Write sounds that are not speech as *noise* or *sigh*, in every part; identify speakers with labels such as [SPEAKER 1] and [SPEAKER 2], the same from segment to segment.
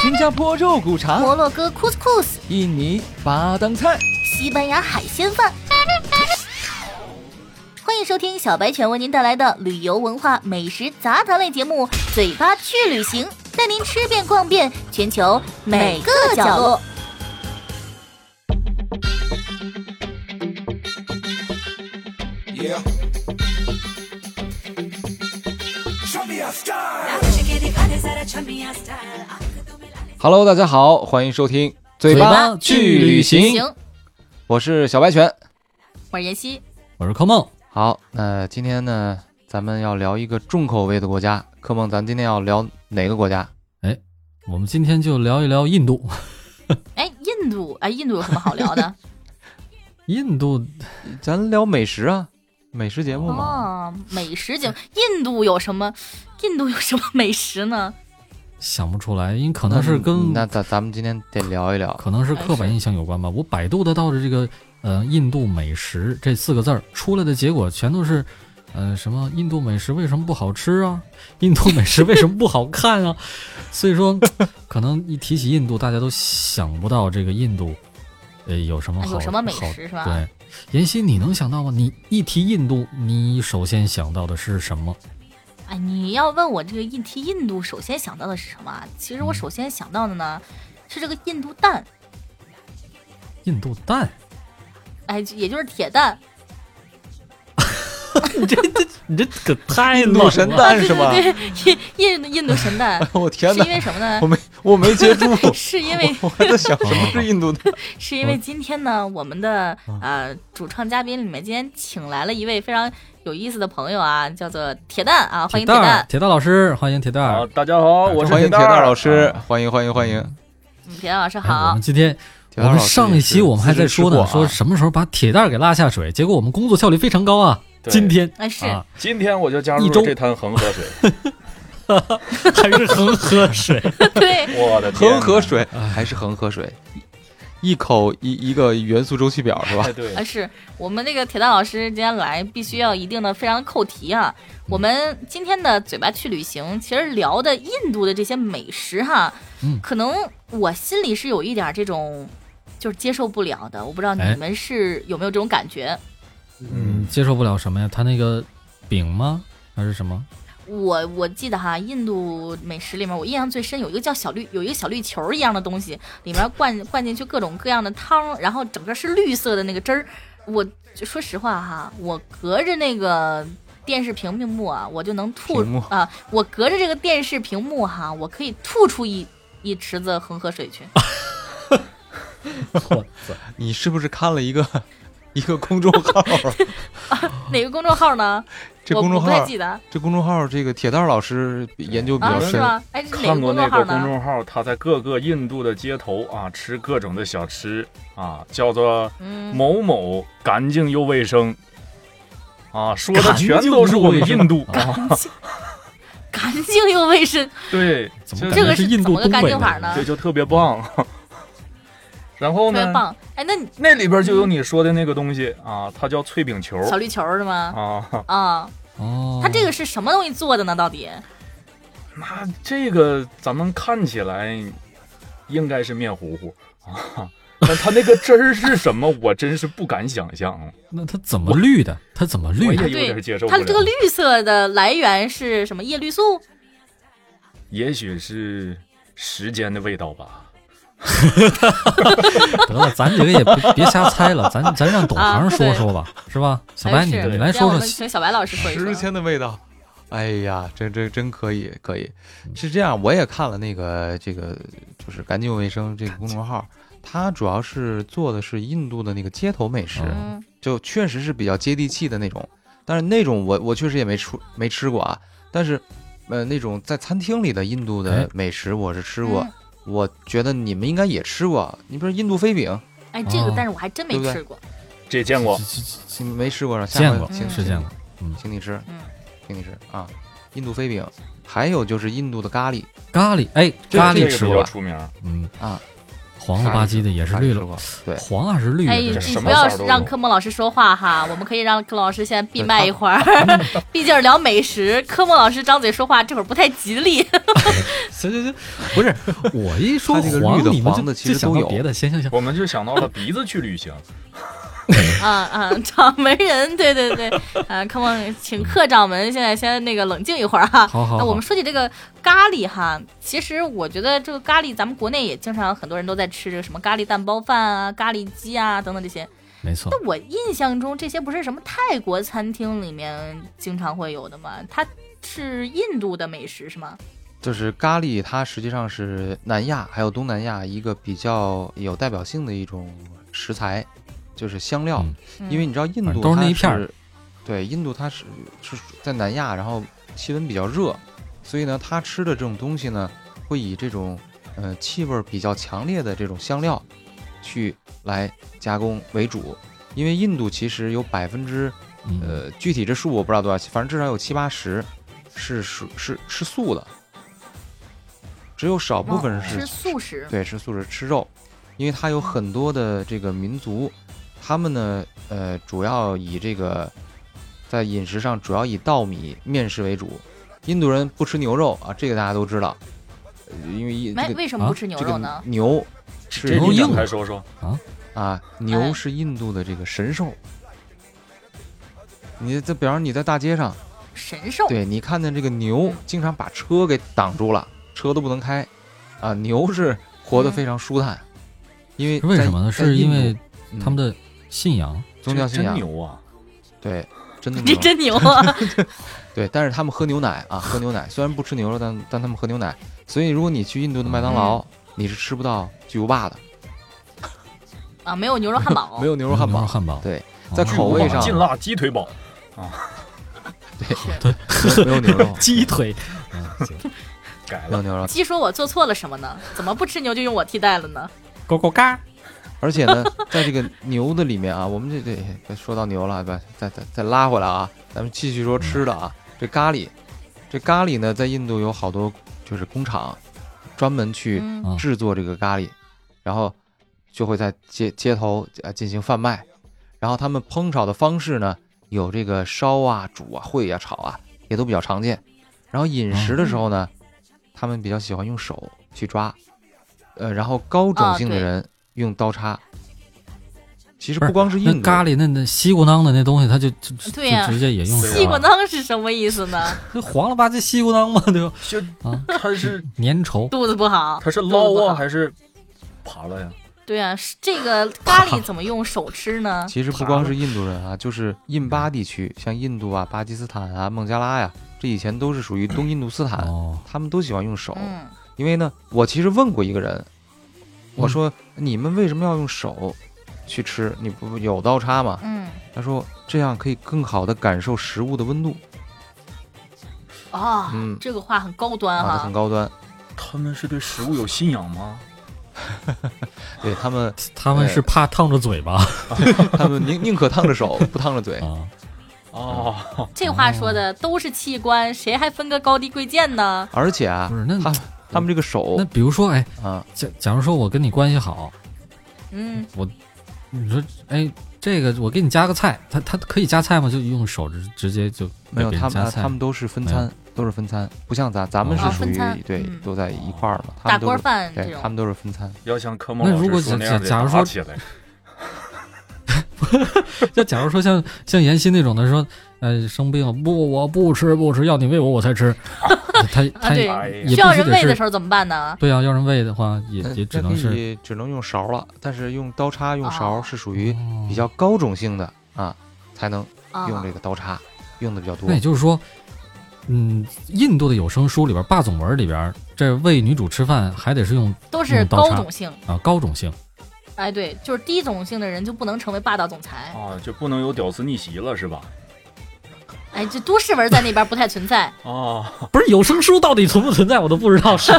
[SPEAKER 1] 新加坡肉骨茶、
[SPEAKER 2] 摩洛哥 couscous、
[SPEAKER 1] 印尼巴当菜、
[SPEAKER 2] 西班牙海鲜饭。欢迎收听小白犬为您带来的旅游文化美食杂谈类节目《嘴巴去旅行》，带您吃遍逛遍全球每个角落。
[SPEAKER 3] Yeah. Show me a star.
[SPEAKER 1] Hello，大家好，欢迎收听《嘴巴去旅行》
[SPEAKER 2] 行，
[SPEAKER 1] 我是小白犬。
[SPEAKER 2] 我是妍希，
[SPEAKER 4] 我是柯梦，
[SPEAKER 1] 好，那今天呢，咱们要聊一个重口味的国家。科梦，咱今天要聊哪个国家？
[SPEAKER 4] 我们今天就聊一聊印度。 *laughs*
[SPEAKER 2] 哎，印度，哎，印度有什么好聊
[SPEAKER 1] *laughs*
[SPEAKER 2] 的？
[SPEAKER 4] 印度
[SPEAKER 1] 咱聊美食啊，美食节目嘛。
[SPEAKER 2] 哦，美食节目，印度有什么？印度有什么美食呢？
[SPEAKER 4] 想不出来，因为可能是跟
[SPEAKER 1] 嗯那咱咱们今天得聊一聊。
[SPEAKER 4] 可能是刻板印象有关吧。我百度得到的这个呃印度美食这四个字儿出来的结果，全都是呃什么印度美食为什么不好吃啊？ *laughs* 印度美食为什么不好看啊？ *laughs* 所以说，可能一提起印度，大家都想不到这个印度呃有什么
[SPEAKER 2] 哎
[SPEAKER 4] 好
[SPEAKER 2] 有什么美
[SPEAKER 4] 好
[SPEAKER 2] 食是吧？
[SPEAKER 4] 对，妍希，你能想到吗？你一提印度，你首先想到的是什么？
[SPEAKER 2] 哎，你要问我这个一提印度，首先想到的是什么啊？其实我
[SPEAKER 4] 嗯
[SPEAKER 2] 首先想到的呢，是这个印度蛋，
[SPEAKER 4] 印度蛋。
[SPEAKER 2] 哎，就也就是铁蛋，
[SPEAKER 4] 你这这你这可太
[SPEAKER 1] 印度神
[SPEAKER 4] 了！
[SPEAKER 1] 蛋是吗
[SPEAKER 2] 啊、？ *laughs* 对对对，印印印度神蛋，
[SPEAKER 1] 我天
[SPEAKER 2] 是
[SPEAKER 1] 哪
[SPEAKER 2] 因，为什么呢
[SPEAKER 1] 我？没我没接住，
[SPEAKER 2] 是因为
[SPEAKER 1] 我还在想什么是印度的。
[SPEAKER 2] 是因为今天呢，我们的呃主创嘉宾里面，今天请来了一位非常有意思的朋友啊，叫做铁蛋啊，欢迎铁
[SPEAKER 4] 蛋儿
[SPEAKER 2] 蛋，，
[SPEAKER 4] 铁蛋老师，欢迎铁蛋
[SPEAKER 5] 好，
[SPEAKER 4] 儿。
[SPEAKER 5] 啊大啊家
[SPEAKER 4] 啊
[SPEAKER 5] 好，我是
[SPEAKER 1] 欢迎铁
[SPEAKER 5] 儿
[SPEAKER 1] 蛋老师，欢迎欢迎欢迎。
[SPEAKER 2] 嗯铁蛋老师
[SPEAKER 4] 哎，我
[SPEAKER 2] 好
[SPEAKER 4] 们。今天
[SPEAKER 1] 铁
[SPEAKER 4] 我
[SPEAKER 1] 蛋老
[SPEAKER 4] 们
[SPEAKER 1] 师
[SPEAKER 4] 上一期我们还在说呢，
[SPEAKER 1] 也是
[SPEAKER 4] 说
[SPEAKER 1] 资深吃
[SPEAKER 4] 什么时候把铁蛋儿给拉下水，结果我们工作效率非常高啊。
[SPEAKER 5] 对
[SPEAKER 4] 今天
[SPEAKER 2] 哎，是 *laughs*
[SPEAKER 4] 啊，
[SPEAKER 5] 今天我就加入
[SPEAKER 4] 一周
[SPEAKER 5] 了这滩恒河水，
[SPEAKER 4] *laughs* 还是恒河水，
[SPEAKER 2] 对，
[SPEAKER 5] 我的
[SPEAKER 1] 过
[SPEAKER 5] 天
[SPEAKER 1] 啊，恒
[SPEAKER 5] 哪
[SPEAKER 1] 河，水还是恒河水，一口一一个元素周期表是吧
[SPEAKER 5] 哎？对
[SPEAKER 2] 啊，，是我们那个铁蛋老师今天来，必须要一定的非常扣题啊。我们今天的嘴巴去旅行，其实聊的印度的这些美食哈，
[SPEAKER 4] 嗯
[SPEAKER 2] 可能我心里是有一点儿这种就是接受不了的，我不知道你
[SPEAKER 4] 哎
[SPEAKER 2] 们是有没有这种感觉。
[SPEAKER 4] 嗯， *laughs* 接受不了什么呀？他那个饼吗？还是什么？
[SPEAKER 2] 我我记得哈，印度美食里面我印象最深有一个叫小绿，有一个小绿球儿一样的东西，里面灌灌进去各种各样的汤，然后整个是绿色的那个汁儿。我就说实话哈，我隔着那个电视屏幕啊，我就能吐
[SPEAKER 1] 屏幕
[SPEAKER 2] 啊、我隔着这个电视屏幕哈，我可以吐出一一池子恒河水去。
[SPEAKER 1] 哦你是不是看了一个 *laughs* 一个公众号？
[SPEAKER 2] *laughs* 哪个公众号呢？
[SPEAKER 1] 这
[SPEAKER 2] 我
[SPEAKER 1] 公众
[SPEAKER 2] 我不太
[SPEAKER 1] 号
[SPEAKER 2] 记得
[SPEAKER 1] 这公众号这个铁蛋老师研究比
[SPEAKER 2] 啊，
[SPEAKER 1] 较
[SPEAKER 2] 是
[SPEAKER 1] 深。
[SPEAKER 2] 吗？哎，是哪
[SPEAKER 5] 看
[SPEAKER 2] 个
[SPEAKER 5] 过
[SPEAKER 2] 公
[SPEAKER 5] 那
[SPEAKER 2] 众
[SPEAKER 5] 个
[SPEAKER 2] 号
[SPEAKER 5] 公
[SPEAKER 2] 呢？
[SPEAKER 5] 众号，他在各个印度的街头啊吃各种的小吃啊，叫做
[SPEAKER 2] 嗯，
[SPEAKER 5] 某某干净又卫生。啊，说的全都是我们印度
[SPEAKER 4] 哦
[SPEAKER 5] 啊，
[SPEAKER 2] 干净又卫生，
[SPEAKER 5] 对，
[SPEAKER 4] 怎
[SPEAKER 5] 就
[SPEAKER 4] 么感
[SPEAKER 2] 这
[SPEAKER 4] 觉
[SPEAKER 2] 个
[SPEAKER 4] 是
[SPEAKER 2] 是
[SPEAKER 4] 印
[SPEAKER 2] 怎
[SPEAKER 4] 度
[SPEAKER 2] 么个
[SPEAKER 4] 东
[SPEAKER 2] 干
[SPEAKER 4] 北
[SPEAKER 2] 净法
[SPEAKER 4] 的？
[SPEAKER 2] 呢？
[SPEAKER 5] 对，就特别棒。 *laughs* 然
[SPEAKER 2] 特
[SPEAKER 5] 后
[SPEAKER 2] 别
[SPEAKER 5] 呢，
[SPEAKER 2] 棒。哎，那你
[SPEAKER 5] 那里边就有你说的那个东西啊，它叫脆饼球
[SPEAKER 2] 小绿球儿是吗？
[SPEAKER 5] 啊，
[SPEAKER 2] 啊，
[SPEAKER 4] 哦，
[SPEAKER 2] 它这个是什么东西做的呢？到底？
[SPEAKER 5] 那啊这个咱们看起来应该是面糊糊啊，但它那个汁儿是什么，我真是不敢想象，啊
[SPEAKER 4] 那它怎么绿的？它怎么
[SPEAKER 5] 我
[SPEAKER 4] 绿
[SPEAKER 5] 也
[SPEAKER 4] 的？
[SPEAKER 5] 有点接受不
[SPEAKER 2] 它这个
[SPEAKER 5] 了。
[SPEAKER 2] 绿色的来源是什么？叶绿素？
[SPEAKER 5] 也许是时间的味道吧。
[SPEAKER 4] *laughs* 得了，咱几个也别别瞎猜了，咱咱让懂行
[SPEAKER 2] 啊对
[SPEAKER 4] 说说吧，是吧？小白，
[SPEAKER 2] 哎
[SPEAKER 4] 你
[SPEAKER 2] 是
[SPEAKER 4] 你来
[SPEAKER 2] 让我
[SPEAKER 4] 说
[SPEAKER 2] 们
[SPEAKER 4] 说，
[SPEAKER 2] 请小白老师说一
[SPEAKER 1] 时
[SPEAKER 2] 说。
[SPEAKER 1] 间的味道。哎呀，这这真可以，可以是这样。我也看了那个这个就是干净卫生这个公众号，它主要是做的是印度的那个街头美食，
[SPEAKER 4] 嗯
[SPEAKER 2] 嗯，
[SPEAKER 1] 就确实是比较接地气的那种。但是那种我我确实也没吃没吃过啊。但是，呃，那种在餐厅里的印度
[SPEAKER 4] 哎
[SPEAKER 1] 的美食我是吃过，
[SPEAKER 2] 嗯
[SPEAKER 1] 我觉得你们应该也吃过。你比如印度飞饼，
[SPEAKER 2] 哎，这个
[SPEAKER 4] 哦
[SPEAKER 2] 但是我还真没
[SPEAKER 1] 对不对
[SPEAKER 2] 吃过。
[SPEAKER 5] 这见过
[SPEAKER 4] 这这这
[SPEAKER 1] 你们没吃过是吧？下
[SPEAKER 4] 见
[SPEAKER 1] 回
[SPEAKER 4] 过
[SPEAKER 1] 请
[SPEAKER 2] 嗯
[SPEAKER 4] 是见过，
[SPEAKER 1] 请你吃，
[SPEAKER 2] 嗯
[SPEAKER 1] 请你吃啊！印度飞饼，还有就是印度的咖喱，
[SPEAKER 4] 咖喱，哎，
[SPEAKER 1] 这
[SPEAKER 4] 咖
[SPEAKER 1] 这
[SPEAKER 4] 喱
[SPEAKER 5] 个
[SPEAKER 4] 吃
[SPEAKER 5] 比
[SPEAKER 4] 过
[SPEAKER 5] 较
[SPEAKER 1] 吧
[SPEAKER 5] 出名，
[SPEAKER 4] 嗯
[SPEAKER 1] 啊，
[SPEAKER 4] 黄了吧唧的也是绿了，
[SPEAKER 1] 了，对，
[SPEAKER 4] 黄啊还是绿
[SPEAKER 2] 哎，
[SPEAKER 4] 的
[SPEAKER 2] 你
[SPEAKER 4] 这
[SPEAKER 5] 什
[SPEAKER 4] 是
[SPEAKER 5] 么
[SPEAKER 2] 不要
[SPEAKER 5] 色儿都
[SPEAKER 2] 让
[SPEAKER 5] 有
[SPEAKER 2] 科目老师说话哈，我们可以让科老师先闭麦一会儿， *laughs* 毕竟聊美食，科目老师张嘴说话这会儿不太吉
[SPEAKER 4] *laughs*
[SPEAKER 2] 利。
[SPEAKER 4] 行行行，不是我一
[SPEAKER 1] 它
[SPEAKER 4] 说
[SPEAKER 1] 这个
[SPEAKER 4] 黄，
[SPEAKER 1] 绿的
[SPEAKER 4] 你们
[SPEAKER 1] 黄
[SPEAKER 4] 就
[SPEAKER 1] 的其
[SPEAKER 4] 就
[SPEAKER 1] 实
[SPEAKER 4] 想
[SPEAKER 1] 都
[SPEAKER 4] 到
[SPEAKER 1] 有
[SPEAKER 4] 别的，行行
[SPEAKER 2] 啊
[SPEAKER 4] 行，
[SPEAKER 5] 我们就想到了鼻子去旅行，
[SPEAKER 2] 嗯嗯，掌门人，对对对，啊，科目，请科掌门现在先那个冷静一会儿哈。
[SPEAKER 4] 好好
[SPEAKER 2] 那
[SPEAKER 4] 好，
[SPEAKER 2] 我们说起这个咖喱哈，其实我觉得这个咖喱，咱们国内也经常很多人都在吃这个什么咖喱蛋包饭啊、咖喱鸡啊等等这些。
[SPEAKER 4] 没错，
[SPEAKER 2] 那我印象中这些不是什么泰国餐厅里面经常会有的吗？它是印度的美食是吗？
[SPEAKER 1] 就是咖喱，它实际上是南亚还有东南亚一个比较有代表性的一种食材，就是香料。
[SPEAKER 4] 嗯
[SPEAKER 1] 因为你知道印
[SPEAKER 4] 反
[SPEAKER 1] 度
[SPEAKER 4] 正都是
[SPEAKER 1] 它
[SPEAKER 4] 那一片儿
[SPEAKER 1] 对，印度它是是在南亚，然后气温比较热，所以呢，它吃的这种东西呢，会以这种呃气味儿比较强烈的这种香料去来加工为主。因为印度其实有百分之
[SPEAKER 4] 嗯，
[SPEAKER 1] 呃，具体这数我不知道多少，反正至少有七八十是素是吃素的，只有少部分人是
[SPEAKER 2] 吃素食。
[SPEAKER 1] 对吃素食吃肉，因为它有很多的这个民族，他们呢呃主要以这个在饮食上主要以稻米面食为主，印度人不吃牛肉啊，这个大家都知道，呃因为一
[SPEAKER 2] 没
[SPEAKER 1] 这个啊
[SPEAKER 2] 为什么不吃牛
[SPEAKER 1] 这
[SPEAKER 2] 肉
[SPEAKER 1] 个
[SPEAKER 2] 呢？
[SPEAKER 1] 牛
[SPEAKER 5] 这
[SPEAKER 1] 是
[SPEAKER 4] 牛
[SPEAKER 5] 你
[SPEAKER 4] 硬
[SPEAKER 5] 展
[SPEAKER 1] 印
[SPEAKER 5] 开
[SPEAKER 1] 度
[SPEAKER 5] 说说。
[SPEAKER 2] 哎
[SPEAKER 1] 啊，牛是印度的这个神兽。你这，比方说你在大街上，
[SPEAKER 2] 神兽 *laughs*
[SPEAKER 1] 对你看见这个牛
[SPEAKER 2] 嗯，
[SPEAKER 1] 经常把车给挡住了，车都不能开，啊，牛是活得非常舒坦，因为
[SPEAKER 4] 为
[SPEAKER 1] 在
[SPEAKER 4] 什么呢？
[SPEAKER 1] 在
[SPEAKER 4] 是
[SPEAKER 1] 印
[SPEAKER 4] 因
[SPEAKER 1] 度
[SPEAKER 4] 为他
[SPEAKER 1] 嗯
[SPEAKER 4] 们的信仰，
[SPEAKER 1] 宗教
[SPEAKER 5] 这
[SPEAKER 1] 信
[SPEAKER 5] 真
[SPEAKER 1] 仰，
[SPEAKER 5] 牛啊！
[SPEAKER 1] 对，
[SPEAKER 2] *laughs*
[SPEAKER 1] 真的
[SPEAKER 2] 这
[SPEAKER 1] 牛，
[SPEAKER 2] 真
[SPEAKER 1] *laughs*
[SPEAKER 2] 牛啊！
[SPEAKER 1] 对，但是他们喝牛奶啊，喝牛奶，虽然不吃牛肉，但但他们喝牛奶，所以如果你去印度的麦当劳，
[SPEAKER 4] 嗯
[SPEAKER 1] 你是吃不到巨无霸的，
[SPEAKER 2] 啊，没有牛肉汉堡
[SPEAKER 1] 没，有牛肉汉
[SPEAKER 4] 牛
[SPEAKER 1] 堡，
[SPEAKER 4] 汉堡，
[SPEAKER 1] 对
[SPEAKER 4] 哦，，
[SPEAKER 1] 在口味上
[SPEAKER 5] 劲辣鸡腿堡，
[SPEAKER 1] 没有牛肉
[SPEAKER 4] 鸡腿，嗯
[SPEAKER 1] *laughs*
[SPEAKER 5] 改
[SPEAKER 1] 没有
[SPEAKER 5] 了，
[SPEAKER 1] 牛肉，
[SPEAKER 2] 鸡说我做错了什么呢？怎么不吃牛就用我替代了呢？
[SPEAKER 4] 咕咕嘎，
[SPEAKER 1] 而且呢， *laughs* 在这个牛的里面啊，我们这这这说到牛了，不，再再再拉回来啊，咱们继续说吃的啊。这咖喱，这咖喱呢，在印度有好多就是工厂，专门去
[SPEAKER 2] 嗯，
[SPEAKER 4] 嗯
[SPEAKER 1] 制作这个咖喱，然后就会在街街头啊进行贩卖。然后他们烹炒的方式呢，有这个烧啊、煮啊、烩啊、炒啊，也都比较常见。然后饮食的时候
[SPEAKER 4] 哦
[SPEAKER 1] 呢，他们比较喜欢用手去抓，呃，然后高种
[SPEAKER 2] 啊
[SPEAKER 1] 姓的
[SPEAKER 2] 对
[SPEAKER 1] 人用刀叉。其实
[SPEAKER 4] 不是
[SPEAKER 1] 不光是
[SPEAKER 4] 那
[SPEAKER 1] 印度，
[SPEAKER 4] 咖喱那那西瓜囊的那东西，他就就就
[SPEAKER 2] 对呀
[SPEAKER 4] 就直接也用手
[SPEAKER 1] 啊
[SPEAKER 2] 西瓜囊是什么意思呢？
[SPEAKER 4] 那黄了吧唧西瓜囊 *laughs* 嘛，对吧？
[SPEAKER 5] 就
[SPEAKER 4] 啊
[SPEAKER 5] 它是
[SPEAKER 4] 粘稠，
[SPEAKER 2] 肚子不好，
[SPEAKER 5] 它是
[SPEAKER 2] 肚子
[SPEAKER 5] 捞
[SPEAKER 2] 不
[SPEAKER 5] 啊
[SPEAKER 2] 好
[SPEAKER 5] 还是爬了呀？
[SPEAKER 2] 对啊，是这个
[SPEAKER 1] *laughs*
[SPEAKER 2] 咖喱怎么用手吃呢？
[SPEAKER 1] 其实不光是印度人
[SPEAKER 4] 嗯
[SPEAKER 1] 啊，就是印巴地区，像印度啊、巴基斯坦啊、孟加拉呀、这以前都是属于东印度斯坦，
[SPEAKER 4] 哦，
[SPEAKER 1] 他们都喜欢用手。
[SPEAKER 2] 嗯，
[SPEAKER 1] 因为呢，我其实问过一个人，我
[SPEAKER 4] 嗯
[SPEAKER 1] 说、你们为什么要用手去吃？你不有刀叉吗？
[SPEAKER 2] 嗯，
[SPEAKER 1] 他说这样可以更好的感受食物的温度
[SPEAKER 2] 哦
[SPEAKER 1] 嗯，
[SPEAKER 2] 这个话很高端
[SPEAKER 1] 啊，它
[SPEAKER 2] 哈
[SPEAKER 1] 很。高端。
[SPEAKER 5] 他们是对食物有信仰吗？
[SPEAKER 1] 对他们，
[SPEAKER 4] 他们是怕烫着嘴巴
[SPEAKER 1] 他们宁宁可烫着手，不烫着嘴。
[SPEAKER 4] 啊，
[SPEAKER 5] 啊，
[SPEAKER 2] 这话说
[SPEAKER 1] 哦
[SPEAKER 2] 的都是器官，谁还分个高低贵贱呢？嗯
[SPEAKER 1] 而且啊
[SPEAKER 4] 不，是那
[SPEAKER 1] 他他们这个
[SPEAKER 4] 那
[SPEAKER 1] 手
[SPEAKER 4] 比如说，哎，
[SPEAKER 1] 啊，
[SPEAKER 4] 假假如说我跟你关系好，
[SPEAKER 2] 嗯，
[SPEAKER 4] 你说，哎，这个我给你加个菜，他他可以加菜吗？就用手直直接就
[SPEAKER 1] 没有
[SPEAKER 4] 给
[SPEAKER 1] 他
[SPEAKER 4] 人加
[SPEAKER 1] 们
[SPEAKER 4] 菜
[SPEAKER 1] 他们都是分
[SPEAKER 4] 没有
[SPEAKER 1] 餐，都是分餐，不像咱咱们
[SPEAKER 4] 哦
[SPEAKER 1] 是属
[SPEAKER 2] 分
[SPEAKER 1] 于
[SPEAKER 2] 餐
[SPEAKER 1] 对
[SPEAKER 2] 嗯
[SPEAKER 1] 都在一块儿嘛，他
[SPEAKER 2] 大
[SPEAKER 1] 们都
[SPEAKER 2] 锅
[SPEAKER 1] 是
[SPEAKER 2] 饭这
[SPEAKER 1] 对他
[SPEAKER 2] 种
[SPEAKER 1] 们都是分餐。
[SPEAKER 5] 要像科目
[SPEAKER 4] 那
[SPEAKER 5] 老
[SPEAKER 4] 如果
[SPEAKER 5] 师说那
[SPEAKER 4] 假
[SPEAKER 5] 样
[SPEAKER 4] 假
[SPEAKER 5] 得
[SPEAKER 4] 假如
[SPEAKER 5] 打
[SPEAKER 4] 说
[SPEAKER 5] 起来，
[SPEAKER 4] 就假如说像像妍希那种的说，呃，生病了不，我不吃不吃，要你喂我我
[SPEAKER 1] *laughs*
[SPEAKER 4] 才吃。他
[SPEAKER 2] 啊，
[SPEAKER 4] 他
[SPEAKER 2] 对，
[SPEAKER 5] 哎呀
[SPEAKER 4] 也
[SPEAKER 2] 需要
[SPEAKER 4] 必须
[SPEAKER 2] 人喂的
[SPEAKER 4] 得是
[SPEAKER 2] 时候怎么办呢？
[SPEAKER 4] 对啊，要人喂的话，也
[SPEAKER 1] 那
[SPEAKER 4] 也只
[SPEAKER 1] 呃那
[SPEAKER 4] 能
[SPEAKER 1] 可
[SPEAKER 4] 是
[SPEAKER 1] 以只能用勺了，但是用刀叉用勺
[SPEAKER 2] 哦
[SPEAKER 1] 是属于
[SPEAKER 4] 哦
[SPEAKER 1] 比较高种性的啊，才能
[SPEAKER 2] 啊，
[SPEAKER 1] 用这个刀叉，用的比较多
[SPEAKER 4] 那。也就是说，嗯，印度的有声书里边霸总文里边，这喂女主吃饭还得是用
[SPEAKER 2] 都是
[SPEAKER 4] 用刀叉
[SPEAKER 2] 高种姓。
[SPEAKER 4] 啊高种姓，
[SPEAKER 2] 哎，对，就是低种姓的人就不能成为霸道总
[SPEAKER 1] 哦
[SPEAKER 2] 裁。
[SPEAKER 5] 啊，就不能有屌丝逆袭了是吧？
[SPEAKER 2] 哎，这都市文在那边不太存在。
[SPEAKER 5] 啊，
[SPEAKER 4] 不是有声书到底存不存在我都不知道是。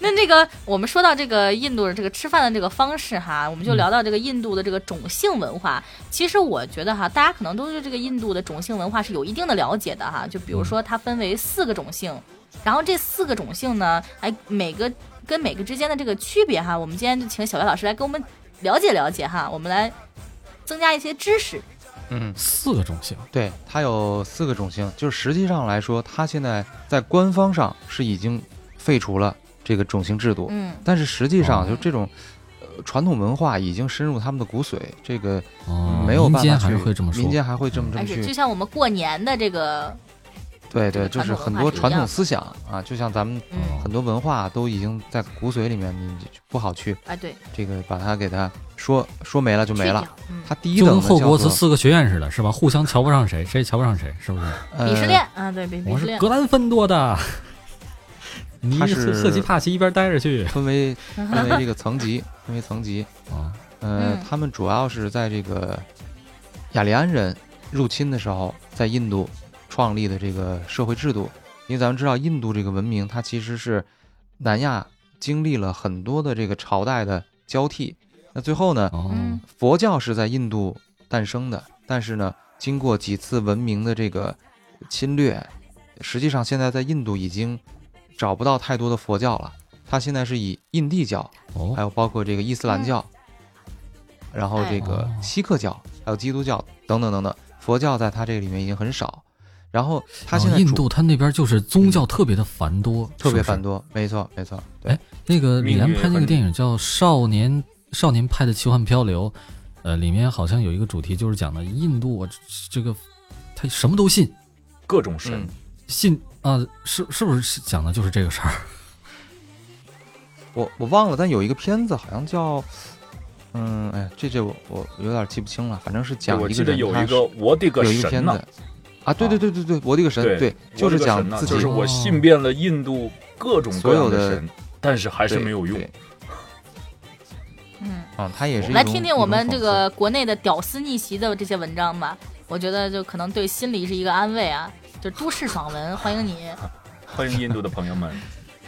[SPEAKER 2] 那这个我们说到这个印度的这个吃饭的这个方式哈，我们
[SPEAKER 1] 嗯
[SPEAKER 2] 就聊到这个印度的这个种姓文化。其实我觉得哈，大家可能都对这个印度的种姓文化是有一定的了解的
[SPEAKER 1] 嗯
[SPEAKER 2] 哈。就比如说它分为四个种姓，然后这四个种姓呢，哎，每个跟每个之间的这个区别哈。我们今天就请小白老师来跟我们了解了解哈，我们来增加一些知识。
[SPEAKER 1] 嗯，
[SPEAKER 4] 四个种姓，哦
[SPEAKER 1] 对，它有四个种姓，就是实际上来说，它现在在官方上是已经废除了这个种姓制度，
[SPEAKER 2] 嗯，
[SPEAKER 1] 但是实际上
[SPEAKER 2] 哦
[SPEAKER 1] 就这种。呃传统文化已经深入他们的骨髓，这个
[SPEAKER 4] 哦，
[SPEAKER 1] 嗯没有
[SPEAKER 4] 民
[SPEAKER 1] 办
[SPEAKER 4] 间
[SPEAKER 1] 法
[SPEAKER 4] 还
[SPEAKER 1] 去
[SPEAKER 4] 是会这么说，
[SPEAKER 1] 民间还会这么这
[SPEAKER 2] 而
[SPEAKER 1] 么
[SPEAKER 2] 且就
[SPEAKER 1] 去，哦
[SPEAKER 2] 像我们过年的这个，
[SPEAKER 1] 对
[SPEAKER 2] 哎这
[SPEAKER 1] 对，
[SPEAKER 2] 个
[SPEAKER 1] 就
[SPEAKER 2] 传
[SPEAKER 1] 是
[SPEAKER 2] 统文
[SPEAKER 1] 很
[SPEAKER 2] 化
[SPEAKER 1] 多
[SPEAKER 2] 是一
[SPEAKER 1] 传统
[SPEAKER 2] 样
[SPEAKER 1] 思想啊，就像咱们
[SPEAKER 2] 嗯，
[SPEAKER 1] 很多文化都已经在骨髓里面，你不好去
[SPEAKER 2] 哎对，
[SPEAKER 1] 这个把它给它说说没了就没
[SPEAKER 2] 去
[SPEAKER 1] 了。
[SPEAKER 2] 掉，嗯，
[SPEAKER 1] 它第一
[SPEAKER 4] 就
[SPEAKER 1] 等
[SPEAKER 4] 跟
[SPEAKER 1] 的
[SPEAKER 4] 后
[SPEAKER 1] 叫
[SPEAKER 4] 国
[SPEAKER 1] 做
[SPEAKER 4] 词四个学院似的，是吧？互相瞧不上谁，谁也瞧不上谁，是不是？
[SPEAKER 1] 呃
[SPEAKER 2] 鄙视链， *laughs* 啊，对，鄙鄙
[SPEAKER 4] 我
[SPEAKER 2] 视
[SPEAKER 4] 是
[SPEAKER 2] 链，
[SPEAKER 4] 格兰芬
[SPEAKER 1] *laughs*
[SPEAKER 4] 多的，你
[SPEAKER 1] 他
[SPEAKER 4] 赫
[SPEAKER 1] 是
[SPEAKER 4] 赫奇帕奇一边待着去
[SPEAKER 1] *laughs* 呃、分为分为这个层级，分为层级。
[SPEAKER 4] 啊。
[SPEAKER 1] 呃，
[SPEAKER 2] 嗯
[SPEAKER 1] 他们主要是在这个雅利安人入侵的时候，在印度创立的这个社会制度。因为咱们知道，印度这个文明，它其实是南亚经历了很多的这个朝代的交替。那最后呢，
[SPEAKER 4] 哦，
[SPEAKER 2] 嗯
[SPEAKER 1] 佛教是在印度诞生的，但是呢，经过几次文明的这个侵略，实际上现在在印度已经找不到太多的佛教了。它现在是以印地教，还
[SPEAKER 4] 哦，
[SPEAKER 1] 有包括这个伊斯兰教，
[SPEAKER 2] 嗯
[SPEAKER 1] 然后这个
[SPEAKER 4] 哎
[SPEAKER 1] 锡克教，还有基督教等等等等，佛教在它这个里面已经很少。然后它
[SPEAKER 4] 哦
[SPEAKER 1] 现在
[SPEAKER 4] 印
[SPEAKER 1] 主
[SPEAKER 4] 度他那边就是宗教特别的繁多，
[SPEAKER 1] 特别
[SPEAKER 4] 是不是
[SPEAKER 1] 繁。多，没错没错，
[SPEAKER 4] 哎
[SPEAKER 1] 对，
[SPEAKER 4] 那个李安拍那
[SPEAKER 5] 命
[SPEAKER 4] 个
[SPEAKER 5] 运
[SPEAKER 4] 电影叫《少年少年派的奇幻漂流》，呃，里面好像有一个主题就是讲的印度，我这这个他什么都信，
[SPEAKER 5] 各种神。
[SPEAKER 1] 嗯
[SPEAKER 4] 信啊、是是不是讲的就是这个事儿？
[SPEAKER 1] 我我忘了，但有一个片子好像叫，嗯，哎，这这我我有点记不清了，反正是讲
[SPEAKER 5] 我
[SPEAKER 1] 一
[SPEAKER 5] 记
[SPEAKER 1] 个
[SPEAKER 5] 得
[SPEAKER 1] 人，
[SPEAKER 5] 有
[SPEAKER 1] 他
[SPEAKER 5] 一
[SPEAKER 1] 是
[SPEAKER 5] 个我的个
[SPEAKER 1] 有一个
[SPEAKER 5] 神
[SPEAKER 1] 片
[SPEAKER 5] 呐、
[SPEAKER 1] 子啊，对对对对对，我的个神，
[SPEAKER 5] 对
[SPEAKER 1] 对，就是
[SPEAKER 5] 我的个
[SPEAKER 1] 讲
[SPEAKER 5] 神呐
[SPEAKER 1] 自己
[SPEAKER 5] 就是
[SPEAKER 4] 哦
[SPEAKER 5] 我信遍了印度各种各样
[SPEAKER 1] 所有的
[SPEAKER 5] 神，但是还是没有用。
[SPEAKER 1] 对
[SPEAKER 2] 嗯。
[SPEAKER 1] 啊，他也是一
[SPEAKER 2] 来
[SPEAKER 1] 种
[SPEAKER 2] 听
[SPEAKER 1] 一
[SPEAKER 2] 听
[SPEAKER 1] 种
[SPEAKER 2] 我们
[SPEAKER 1] 讽
[SPEAKER 2] 这
[SPEAKER 1] 刺
[SPEAKER 2] 个国内的屌丝逆袭的这些文章吧，我觉得就可能对心理是一个安慰啊。就都市爽文，欢迎你
[SPEAKER 5] 欢迎印度的朋友们，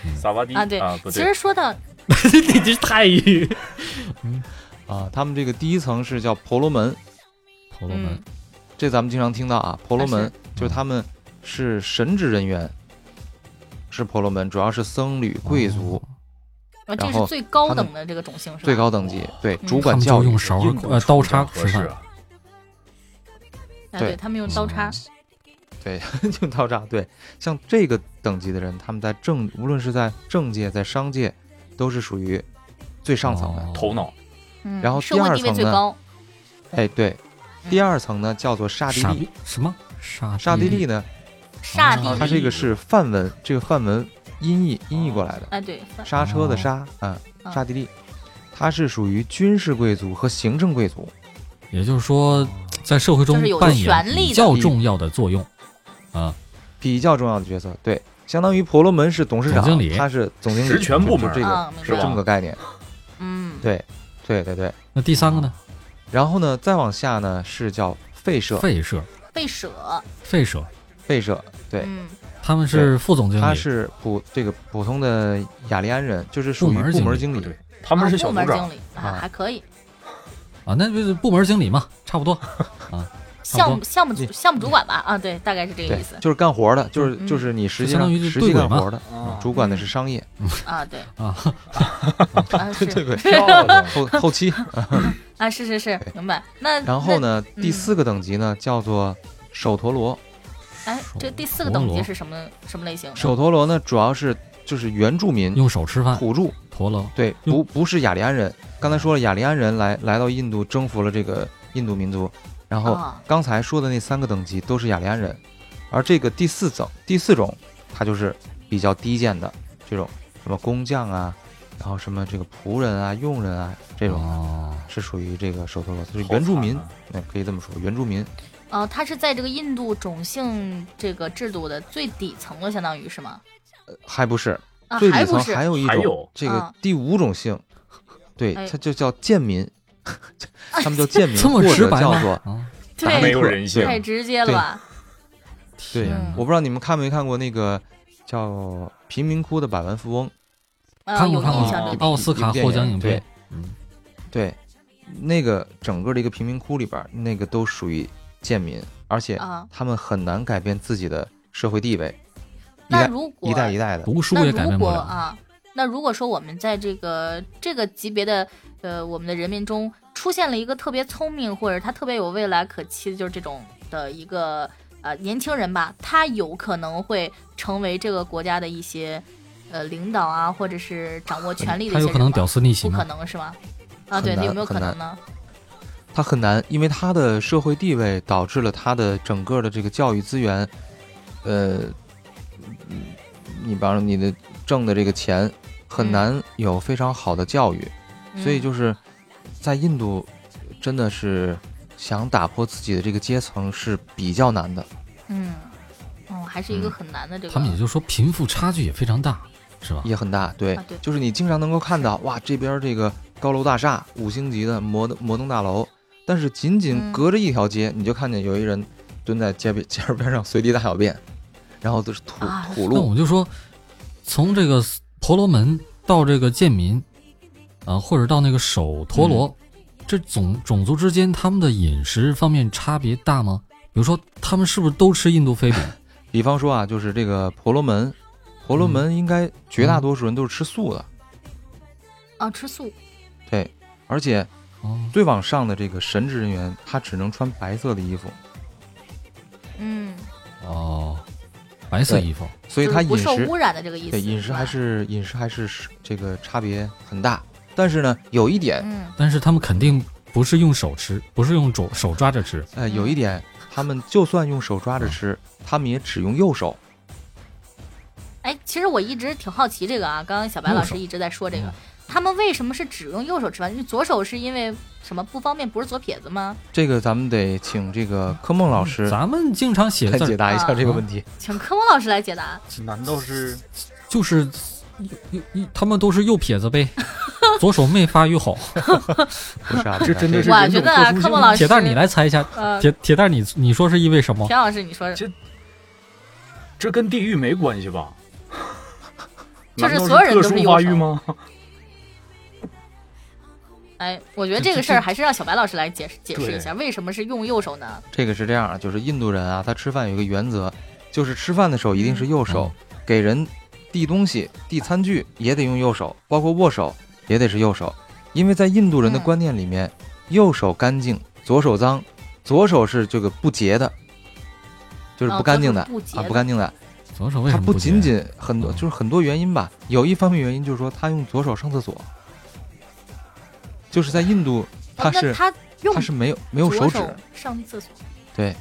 [SPEAKER 4] 嗯
[SPEAKER 5] 萨瓦迪
[SPEAKER 2] 啊！对，
[SPEAKER 5] 不
[SPEAKER 2] 其
[SPEAKER 5] 对
[SPEAKER 2] 实，说到
[SPEAKER 4] 你这是泰语。
[SPEAKER 1] 啊，他们这个第一层是叫婆罗门，
[SPEAKER 4] 婆罗门
[SPEAKER 2] 嗯，，
[SPEAKER 1] 这咱们经常听到啊，婆罗门
[SPEAKER 2] 啊
[SPEAKER 1] 就是他们是神职人员，是婆罗门，主要是僧侣、贵族
[SPEAKER 4] 哦，
[SPEAKER 2] 啊这
[SPEAKER 1] 然
[SPEAKER 2] 是
[SPEAKER 1] 后
[SPEAKER 2] 最高等的这个种姓是吧？
[SPEAKER 1] 最高等级，对，
[SPEAKER 2] 嗯
[SPEAKER 1] 主
[SPEAKER 4] 他
[SPEAKER 1] 管
[SPEAKER 4] 们
[SPEAKER 1] 教
[SPEAKER 4] 就
[SPEAKER 1] 育
[SPEAKER 4] 用。勺
[SPEAKER 5] 印
[SPEAKER 4] 儿
[SPEAKER 5] 度
[SPEAKER 4] 呃
[SPEAKER 5] 厨
[SPEAKER 4] 刀
[SPEAKER 5] 房
[SPEAKER 4] 叉
[SPEAKER 5] 合
[SPEAKER 4] 吃
[SPEAKER 5] 适
[SPEAKER 4] 饭。
[SPEAKER 5] 啊，
[SPEAKER 2] 哎，
[SPEAKER 1] 对
[SPEAKER 2] 对他们用刀叉
[SPEAKER 4] 嗯，
[SPEAKER 1] 对， *laughs* 就到这儿。对，像这个等级的人，他们在政，无论是在政界、在商界，都是属于最上层的。
[SPEAKER 4] 哦
[SPEAKER 5] 头脑
[SPEAKER 2] 嗯，
[SPEAKER 1] 然后
[SPEAKER 2] 社
[SPEAKER 1] 第
[SPEAKER 2] 会
[SPEAKER 1] 二
[SPEAKER 2] 地位
[SPEAKER 1] 层
[SPEAKER 2] 最
[SPEAKER 1] 呢
[SPEAKER 2] 高，
[SPEAKER 1] 哎，对，第二层呢叫做刹帝
[SPEAKER 4] 傻
[SPEAKER 1] 利
[SPEAKER 4] 逼，什么沙
[SPEAKER 1] 刹帝利呢，
[SPEAKER 2] 刹帝
[SPEAKER 1] 它这
[SPEAKER 2] 利，
[SPEAKER 1] 个是梵文，这个梵文音译音译过来的，
[SPEAKER 2] 哎，对，
[SPEAKER 1] 刹车的刹，嗯，刹帝利，它是属于军事贵族和行政贵族。
[SPEAKER 4] 也就是说，在社会中
[SPEAKER 2] 就是有
[SPEAKER 4] 扮
[SPEAKER 2] 权
[SPEAKER 4] 演
[SPEAKER 2] 力
[SPEAKER 4] 比
[SPEAKER 2] 的
[SPEAKER 4] 较重要的作用啊，
[SPEAKER 1] 比较重要的角色，对，相当于婆罗门是董事长，
[SPEAKER 4] 总经理
[SPEAKER 1] 他是总经理，
[SPEAKER 5] 实权部门
[SPEAKER 1] 就就这个
[SPEAKER 2] 嗯，明
[SPEAKER 5] 是
[SPEAKER 1] 是
[SPEAKER 5] 吧
[SPEAKER 1] 这么
[SPEAKER 2] 白，
[SPEAKER 1] 个概念，
[SPEAKER 2] 嗯，
[SPEAKER 1] 对，对对对。
[SPEAKER 4] 那第三个呢？
[SPEAKER 1] 然后呢，再往下呢是叫吠舍，
[SPEAKER 4] 费舍，
[SPEAKER 2] 被舍，
[SPEAKER 4] 费舍，
[SPEAKER 1] 吠舍，对，
[SPEAKER 2] 嗯，
[SPEAKER 4] 他们是副总经
[SPEAKER 1] 他
[SPEAKER 4] 理，
[SPEAKER 1] 是普这个普通的雅利安人，就是属于部
[SPEAKER 4] 部
[SPEAKER 1] 门
[SPEAKER 4] 门
[SPEAKER 1] 经
[SPEAKER 5] 不
[SPEAKER 1] 理，
[SPEAKER 5] 对，他们是
[SPEAKER 2] 啊
[SPEAKER 5] 小
[SPEAKER 2] 部
[SPEAKER 5] 组
[SPEAKER 2] 门
[SPEAKER 5] 长
[SPEAKER 2] 经，理
[SPEAKER 1] 啊
[SPEAKER 2] 啊，还可以，
[SPEAKER 4] 啊，那就是部门经理嘛，差不多。差不
[SPEAKER 2] 项
[SPEAKER 4] 多
[SPEAKER 2] 目项目
[SPEAKER 1] 你
[SPEAKER 2] 组项目主管吧，啊，对，大概是这个
[SPEAKER 1] 对
[SPEAKER 2] 意思，
[SPEAKER 1] 就是干活的，就是
[SPEAKER 2] 嗯
[SPEAKER 1] 就是你实际
[SPEAKER 4] 就相
[SPEAKER 1] 上
[SPEAKER 4] 当于是
[SPEAKER 1] 实
[SPEAKER 4] 对
[SPEAKER 1] 际
[SPEAKER 4] 轨
[SPEAKER 1] 干
[SPEAKER 4] 嘛
[SPEAKER 1] 活的，
[SPEAKER 5] 啊
[SPEAKER 1] 主管的是商业，
[SPEAKER 2] 啊，对，
[SPEAKER 4] 啊，
[SPEAKER 2] *laughs* 啊是。
[SPEAKER 1] *laughs* 对对，
[SPEAKER 5] 漂亮 *laughs*
[SPEAKER 1] 后
[SPEAKER 2] *laughs*
[SPEAKER 1] 后期。
[SPEAKER 2] 啊，是是是，明白。那
[SPEAKER 1] 然后
[SPEAKER 2] 呢？
[SPEAKER 1] 呢，
[SPEAKER 2] 嗯
[SPEAKER 1] 第四个等级呢叫做首陀罗，
[SPEAKER 2] 哎，这第四个等级是什么什么类型？
[SPEAKER 1] 首陀罗呢主要是就是原住民
[SPEAKER 4] 用手吃饭，
[SPEAKER 1] 土著。
[SPEAKER 4] 陀螺
[SPEAKER 1] 对，
[SPEAKER 4] 嗯
[SPEAKER 1] 不不是雅利安人。刚才说了，雅利安人来来到印度，征服了这个印度民族。然后
[SPEAKER 2] 啊
[SPEAKER 1] 刚才说的那三个等级都是雅利安人，而这个第四种第四种，它就是比较低贱的这种，什么工匠啊，然后什么这个仆人啊、佣人啊这种，
[SPEAKER 4] 哦，
[SPEAKER 1] 是属于这个首陀罗，就是
[SPEAKER 5] 好
[SPEAKER 1] 原住
[SPEAKER 5] 惨
[SPEAKER 1] 民
[SPEAKER 5] 啊，
[SPEAKER 1] 嗯，可以这么说，原住民。
[SPEAKER 2] 哦，它是在这个印度种姓这个制度的最底层了，相当于是吗？
[SPEAKER 1] 还不是，
[SPEAKER 2] 啊，
[SPEAKER 1] 最
[SPEAKER 2] 还
[SPEAKER 1] 底
[SPEAKER 2] 不
[SPEAKER 1] 层
[SPEAKER 2] 是
[SPEAKER 1] 还有一
[SPEAKER 5] 还
[SPEAKER 1] 种
[SPEAKER 5] 有，
[SPEAKER 1] 这个
[SPEAKER 2] 啊
[SPEAKER 1] 第五种姓，对，
[SPEAKER 2] 哎
[SPEAKER 1] 它就叫
[SPEAKER 2] *laughs*
[SPEAKER 1] 贱民，他们叫贱民，
[SPEAKER 4] 这
[SPEAKER 1] 嗯
[SPEAKER 4] 么
[SPEAKER 1] 或
[SPEAKER 4] 直
[SPEAKER 1] 者
[SPEAKER 4] 白
[SPEAKER 1] 叫做
[SPEAKER 4] 吗？啊，
[SPEAKER 1] 达
[SPEAKER 5] 没
[SPEAKER 1] 利
[SPEAKER 2] 对，
[SPEAKER 5] 有
[SPEAKER 1] 特
[SPEAKER 5] 人性
[SPEAKER 1] 对
[SPEAKER 2] 太嗯直接了吧？
[SPEAKER 1] 对
[SPEAKER 4] 天哪，
[SPEAKER 1] 我不知道你们看没看过那个叫《贫民窟的百万富翁》，
[SPEAKER 2] 啊，
[SPEAKER 4] 看
[SPEAKER 2] 有
[SPEAKER 4] 过看
[SPEAKER 2] 印
[SPEAKER 4] 过
[SPEAKER 2] 象这个。
[SPEAKER 4] 奥斯卡获奖影
[SPEAKER 1] 对
[SPEAKER 4] 片，嗯，
[SPEAKER 1] 对，那个整个的一个贫民窟里边儿，那个都属于贱民，而且
[SPEAKER 2] 啊
[SPEAKER 1] 他们很难改变自己的社会地位，一
[SPEAKER 2] 那
[SPEAKER 1] 代
[SPEAKER 2] 如果
[SPEAKER 1] 一代一代的。
[SPEAKER 4] 读书
[SPEAKER 2] 那
[SPEAKER 4] 也改
[SPEAKER 2] 如
[SPEAKER 4] 变不
[SPEAKER 2] 果
[SPEAKER 4] 了。
[SPEAKER 2] 啊，那如果说我们在这个这个级别的呃我们的人民中出现了一个特别聪明或者他特别有未来可期的，就是这种的一个呃年轻人吧，他有可能会成为这个国家的一些呃领导啊，或者是掌握权力的
[SPEAKER 4] 他
[SPEAKER 2] 一些
[SPEAKER 4] 有
[SPEAKER 2] 人
[SPEAKER 4] 可能
[SPEAKER 2] 吗
[SPEAKER 4] 屌丝逆袭
[SPEAKER 2] 不可
[SPEAKER 4] 呢。
[SPEAKER 2] 能是吗？啊，
[SPEAKER 1] 很
[SPEAKER 2] 对，
[SPEAKER 1] 难
[SPEAKER 2] 有没有可
[SPEAKER 1] 很
[SPEAKER 2] 能呢？嗯
[SPEAKER 1] 他很难，因为他的社会地位导致了他的整个的这个教育资源，呃，嗯你比方说你的挣的这个钱很难有非常好的教育，所以
[SPEAKER 2] 嗯
[SPEAKER 1] 就是在印度真的是想打破自己的这个阶层是比较难的。
[SPEAKER 2] 嗯，哦，还是一个
[SPEAKER 1] 嗯
[SPEAKER 2] 很难的这个。
[SPEAKER 4] 他们也就说贫富差距也非常大，是吧？
[SPEAKER 1] 也很大，对，
[SPEAKER 2] 啊对
[SPEAKER 1] 就是你经常能够看到，哇，这边这个高楼大厦，五星级的摩登摩登大楼，但是仅仅
[SPEAKER 2] 嗯
[SPEAKER 1] 隔着一条街，你就看见有一人蹲在街边街边上随地大小便，然后就是吐、
[SPEAKER 2] 啊
[SPEAKER 1] 吐
[SPEAKER 4] 那
[SPEAKER 1] 露，
[SPEAKER 4] 我就说，从这个婆罗门到这个贱民，啊，或者到那个首陀罗，
[SPEAKER 1] 嗯
[SPEAKER 4] 这种种族之间他们的饮食方面差别大吗？比如说，他们是不是都吃印度飞饼？ *laughs*
[SPEAKER 1] 比方说啊，就是这个婆罗门，婆罗
[SPEAKER 2] 嗯
[SPEAKER 1] 门应该绝大多数人都是吃素的，
[SPEAKER 2] 啊，吃素
[SPEAKER 1] 对，而且
[SPEAKER 4] 哦，
[SPEAKER 1] 最往上的这个神职人员，他只能穿白色的衣服，
[SPEAKER 2] 嗯，
[SPEAKER 4] 哦，白色
[SPEAKER 1] 对
[SPEAKER 4] 衣服，
[SPEAKER 1] 所以
[SPEAKER 2] 就是
[SPEAKER 1] 他饮
[SPEAKER 2] 不受
[SPEAKER 1] 食
[SPEAKER 2] 污染的这个意思。
[SPEAKER 1] 对饮食
[SPEAKER 2] 吧
[SPEAKER 1] 还是饮食还是是这个差别很大。但是呢，有一点
[SPEAKER 2] 嗯
[SPEAKER 4] 但是他们肯定不是用手吃，不是用手手抓着吃。
[SPEAKER 1] 呃，
[SPEAKER 2] 嗯
[SPEAKER 1] 有一点，他们就算用手抓着吃，他们也只用右手。
[SPEAKER 2] 哎，其实我一直挺好奇这个啊，刚刚小白
[SPEAKER 4] 右
[SPEAKER 2] 老
[SPEAKER 4] 手
[SPEAKER 2] 师一直在说这个
[SPEAKER 4] 嗯，
[SPEAKER 2] 他们为什么是只用右手吃饭？因为左手是因为什么不方便，不是左撇子吗？
[SPEAKER 1] 这个咱们得请这个科梦老师
[SPEAKER 4] 嗯咱们经常写
[SPEAKER 1] 来
[SPEAKER 4] 字
[SPEAKER 1] 解
[SPEAKER 4] 儿，
[SPEAKER 1] 答一下
[SPEAKER 2] 啊
[SPEAKER 1] 这个问题。
[SPEAKER 2] 请科文老师来解答。
[SPEAKER 5] 难道是
[SPEAKER 4] 就是右右右他们都是右撇
[SPEAKER 1] *laughs*
[SPEAKER 4] 子呗，左手没发育好。
[SPEAKER 1] 不是啊，
[SPEAKER 5] 这
[SPEAKER 1] 不啊
[SPEAKER 5] 真的是
[SPEAKER 2] 我
[SPEAKER 5] 人
[SPEAKER 2] 觉
[SPEAKER 5] 种
[SPEAKER 2] 得啊，
[SPEAKER 5] 特殊
[SPEAKER 2] 科
[SPEAKER 5] 性
[SPEAKER 2] 文老师，
[SPEAKER 4] 铁蛋儿，你，来猜一下，
[SPEAKER 2] 呃，
[SPEAKER 4] 铁铁蛋儿你你说是因为什么？
[SPEAKER 2] 田老师，你说
[SPEAKER 5] 这这跟地域没关系吧？
[SPEAKER 2] 就是
[SPEAKER 5] 难道
[SPEAKER 2] 所有人都是
[SPEAKER 5] 特殊
[SPEAKER 2] 右
[SPEAKER 5] 发
[SPEAKER 2] 手
[SPEAKER 5] 育吗？
[SPEAKER 2] 哎，我觉得这
[SPEAKER 4] 这
[SPEAKER 2] 个
[SPEAKER 4] 这
[SPEAKER 2] 事儿还是让小白老师来解释解释
[SPEAKER 5] 对
[SPEAKER 2] 一下，为什么是用右手呢？
[SPEAKER 1] 这个是这样啊，就是印度人啊，他吃饭有一个原则，就是吃饭的时候一定
[SPEAKER 4] 嗯
[SPEAKER 1] 是右手，给人递东西、递餐具也得用右手，包括握手也得是右手，因为在印度人的
[SPEAKER 2] 嗯
[SPEAKER 1] 观念里面，右手干净，左手脏，左手是这个不洁的，就是
[SPEAKER 2] 哦
[SPEAKER 1] 不干净的
[SPEAKER 2] 左手不洁
[SPEAKER 1] 啊，
[SPEAKER 2] 的
[SPEAKER 1] 不干净的。
[SPEAKER 4] 左手为
[SPEAKER 1] 他
[SPEAKER 4] 什
[SPEAKER 1] 不
[SPEAKER 4] 么洁
[SPEAKER 1] 仅仅很多，
[SPEAKER 4] 嗯
[SPEAKER 1] 就是很多原因吧。有一方面原因就是说他用左手上厕所，就是在印度他
[SPEAKER 2] 哦那
[SPEAKER 1] 是
[SPEAKER 2] 他用
[SPEAKER 1] 他是没有没有手
[SPEAKER 2] 左
[SPEAKER 1] 指，
[SPEAKER 2] 上厕所
[SPEAKER 1] 对，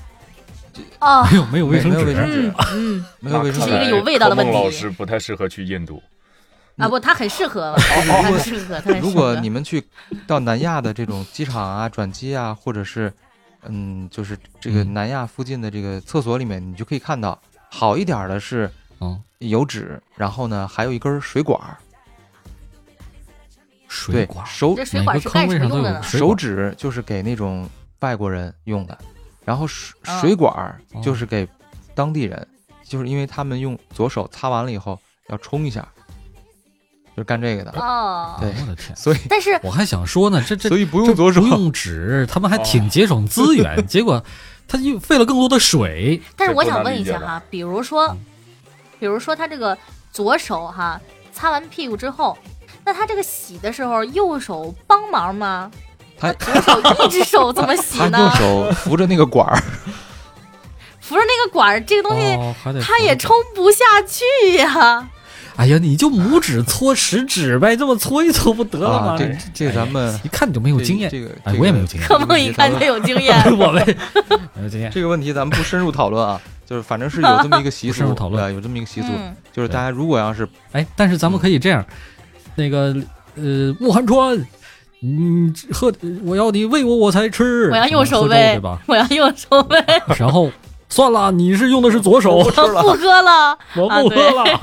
[SPEAKER 2] 哦，
[SPEAKER 4] 没有没有卫
[SPEAKER 1] 没
[SPEAKER 4] 生
[SPEAKER 1] 有卫
[SPEAKER 4] 纸
[SPEAKER 1] 生纸
[SPEAKER 2] 嗯，嗯
[SPEAKER 1] 没有卫生
[SPEAKER 2] 这是一
[SPEAKER 1] 纸。
[SPEAKER 2] 个有味道的问题
[SPEAKER 5] 科梦老师不太适合去印度，
[SPEAKER 1] 嗯
[SPEAKER 2] 啊不，他很适合吧，他很适合，他很适合。
[SPEAKER 1] 哦如果你们去到南亚的这种机场啊、转机啊，或者是嗯，就是这个
[SPEAKER 4] 嗯
[SPEAKER 1] 南亚附近的这个厕所里面，你就可以看到好一点的是
[SPEAKER 4] 嗯，
[SPEAKER 1] 有纸，然后呢还有一根水管儿，
[SPEAKER 4] 水
[SPEAKER 1] 对
[SPEAKER 4] 管，
[SPEAKER 1] 手
[SPEAKER 2] 这水
[SPEAKER 4] 每
[SPEAKER 2] 管
[SPEAKER 4] 个
[SPEAKER 2] 是干
[SPEAKER 4] 坑
[SPEAKER 2] 什
[SPEAKER 4] 位
[SPEAKER 2] 么
[SPEAKER 4] 上都
[SPEAKER 2] 用的
[SPEAKER 4] 有
[SPEAKER 2] 呢？
[SPEAKER 4] 水
[SPEAKER 1] 手
[SPEAKER 4] 管，
[SPEAKER 1] 指就是给那种外国人用的，然后水
[SPEAKER 2] 啊
[SPEAKER 1] 水管儿
[SPEAKER 4] 哦
[SPEAKER 1] 就是给当地人，就是因为他们用左手擦完了以后要冲一下，就是干这个的，
[SPEAKER 2] 哦，
[SPEAKER 1] 对
[SPEAKER 4] 我的天！
[SPEAKER 1] 所以
[SPEAKER 2] 但是
[SPEAKER 4] 我还想说呢，这这
[SPEAKER 1] 所以不
[SPEAKER 4] 这
[SPEAKER 1] 用左手哦
[SPEAKER 4] 不，用纸，他们还挺节省资源，结果他又费了更多的水。
[SPEAKER 2] 但是
[SPEAKER 5] 这
[SPEAKER 2] 我
[SPEAKER 5] 不
[SPEAKER 2] 想
[SPEAKER 5] 难
[SPEAKER 2] 问
[SPEAKER 5] 理
[SPEAKER 2] 一
[SPEAKER 5] 解
[SPEAKER 2] 下
[SPEAKER 5] 吧
[SPEAKER 2] 哈，比如说
[SPEAKER 4] 嗯，
[SPEAKER 2] 比如说他这个左手哈擦完屁股之后，那他这个洗的时候右手帮忙吗？
[SPEAKER 1] 他
[SPEAKER 2] 左手一只手怎么洗
[SPEAKER 1] 他
[SPEAKER 2] 呢
[SPEAKER 1] 用？手扶着那个管儿，
[SPEAKER 2] 扶着那个管儿，这个东西
[SPEAKER 4] 哦，还得
[SPEAKER 2] 他也
[SPEAKER 4] 抽。
[SPEAKER 2] 冲不下去呀。
[SPEAKER 4] 哎呀，你就拇指搓食指呗，这么搓一搓不 *laughs* 得了哎吗？
[SPEAKER 1] 啊，这这个咱们
[SPEAKER 4] 一看你就没有经验。
[SPEAKER 1] 这个，
[SPEAKER 4] 哎
[SPEAKER 1] 这，个
[SPEAKER 4] 我也没有经验，
[SPEAKER 2] 可
[SPEAKER 1] *laughs*
[SPEAKER 2] 梦一看就有经验，
[SPEAKER 4] *laughs* 我们没有经验。
[SPEAKER 1] 这个问题咱们不深入讨论啊，就是反正是有这么一个习
[SPEAKER 4] *laughs* 不
[SPEAKER 1] 俗，
[SPEAKER 4] 深入讨论
[SPEAKER 1] 呃有这么一个习俗，
[SPEAKER 2] 嗯，
[SPEAKER 1] 就是大家如果要是
[SPEAKER 4] 哎，但是咱们可以这样，那个呃，穆寒川，嗯，喝，我要你喂我，我才吃。
[SPEAKER 2] 我要右手
[SPEAKER 4] 喝粥
[SPEAKER 2] 喂
[SPEAKER 4] 对吧？
[SPEAKER 2] 我要右手呗，
[SPEAKER 4] 然后算了，你是用的是左手，
[SPEAKER 2] 我不喝了。
[SPEAKER 4] 我
[SPEAKER 2] 啊
[SPEAKER 4] 不喝
[SPEAKER 2] 对
[SPEAKER 4] 了。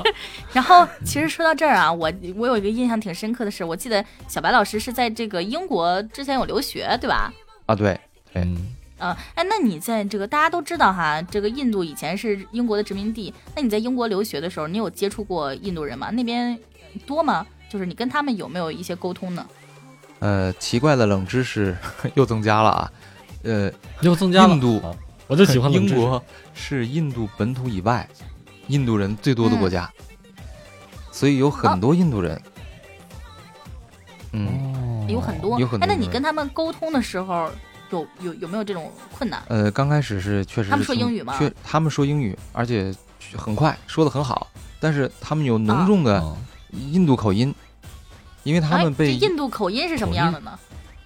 [SPEAKER 2] 然后，其实说到这儿啊，我我有一个印象挺深刻的是，我记得小白老师是在这个英国之前有留学，对吧？
[SPEAKER 1] 啊，对，对
[SPEAKER 4] 嗯，
[SPEAKER 2] 嗯，哎，那你在这个大家都知道哈，这个印度以前是英国的殖民地。那你在英国留学的时候，你有接触过印度人吗？那边多吗？就是你跟他们有没有一些沟通呢？
[SPEAKER 1] 呃，奇怪的冷知识 *laughs* 又增加了啊，呃，
[SPEAKER 4] 又增加了。
[SPEAKER 1] 印度
[SPEAKER 4] 好，我就喜欢冷
[SPEAKER 1] 英嗯
[SPEAKER 4] 知识
[SPEAKER 2] 嗯
[SPEAKER 1] 国是印度本土以外印度人最多的国家，所以有
[SPEAKER 2] 哦
[SPEAKER 1] 很多印度人，嗯，
[SPEAKER 4] 哦，
[SPEAKER 2] 有很多。
[SPEAKER 1] 有很多
[SPEAKER 2] 哎，那你
[SPEAKER 1] 人
[SPEAKER 2] 跟他们沟通的时候，有有有没有这种困难？
[SPEAKER 1] 呃，刚开始是确实
[SPEAKER 2] 他们
[SPEAKER 1] 是
[SPEAKER 2] 说
[SPEAKER 1] 挺
[SPEAKER 2] 英语吗
[SPEAKER 1] 确他们说英语，而且很快，说的很好，但是他们有浓重的
[SPEAKER 4] 嗯
[SPEAKER 1] 印度口音，因为他
[SPEAKER 2] 啊哎
[SPEAKER 1] 们
[SPEAKER 2] 这
[SPEAKER 1] 被
[SPEAKER 2] 印度口音是什么样的呢？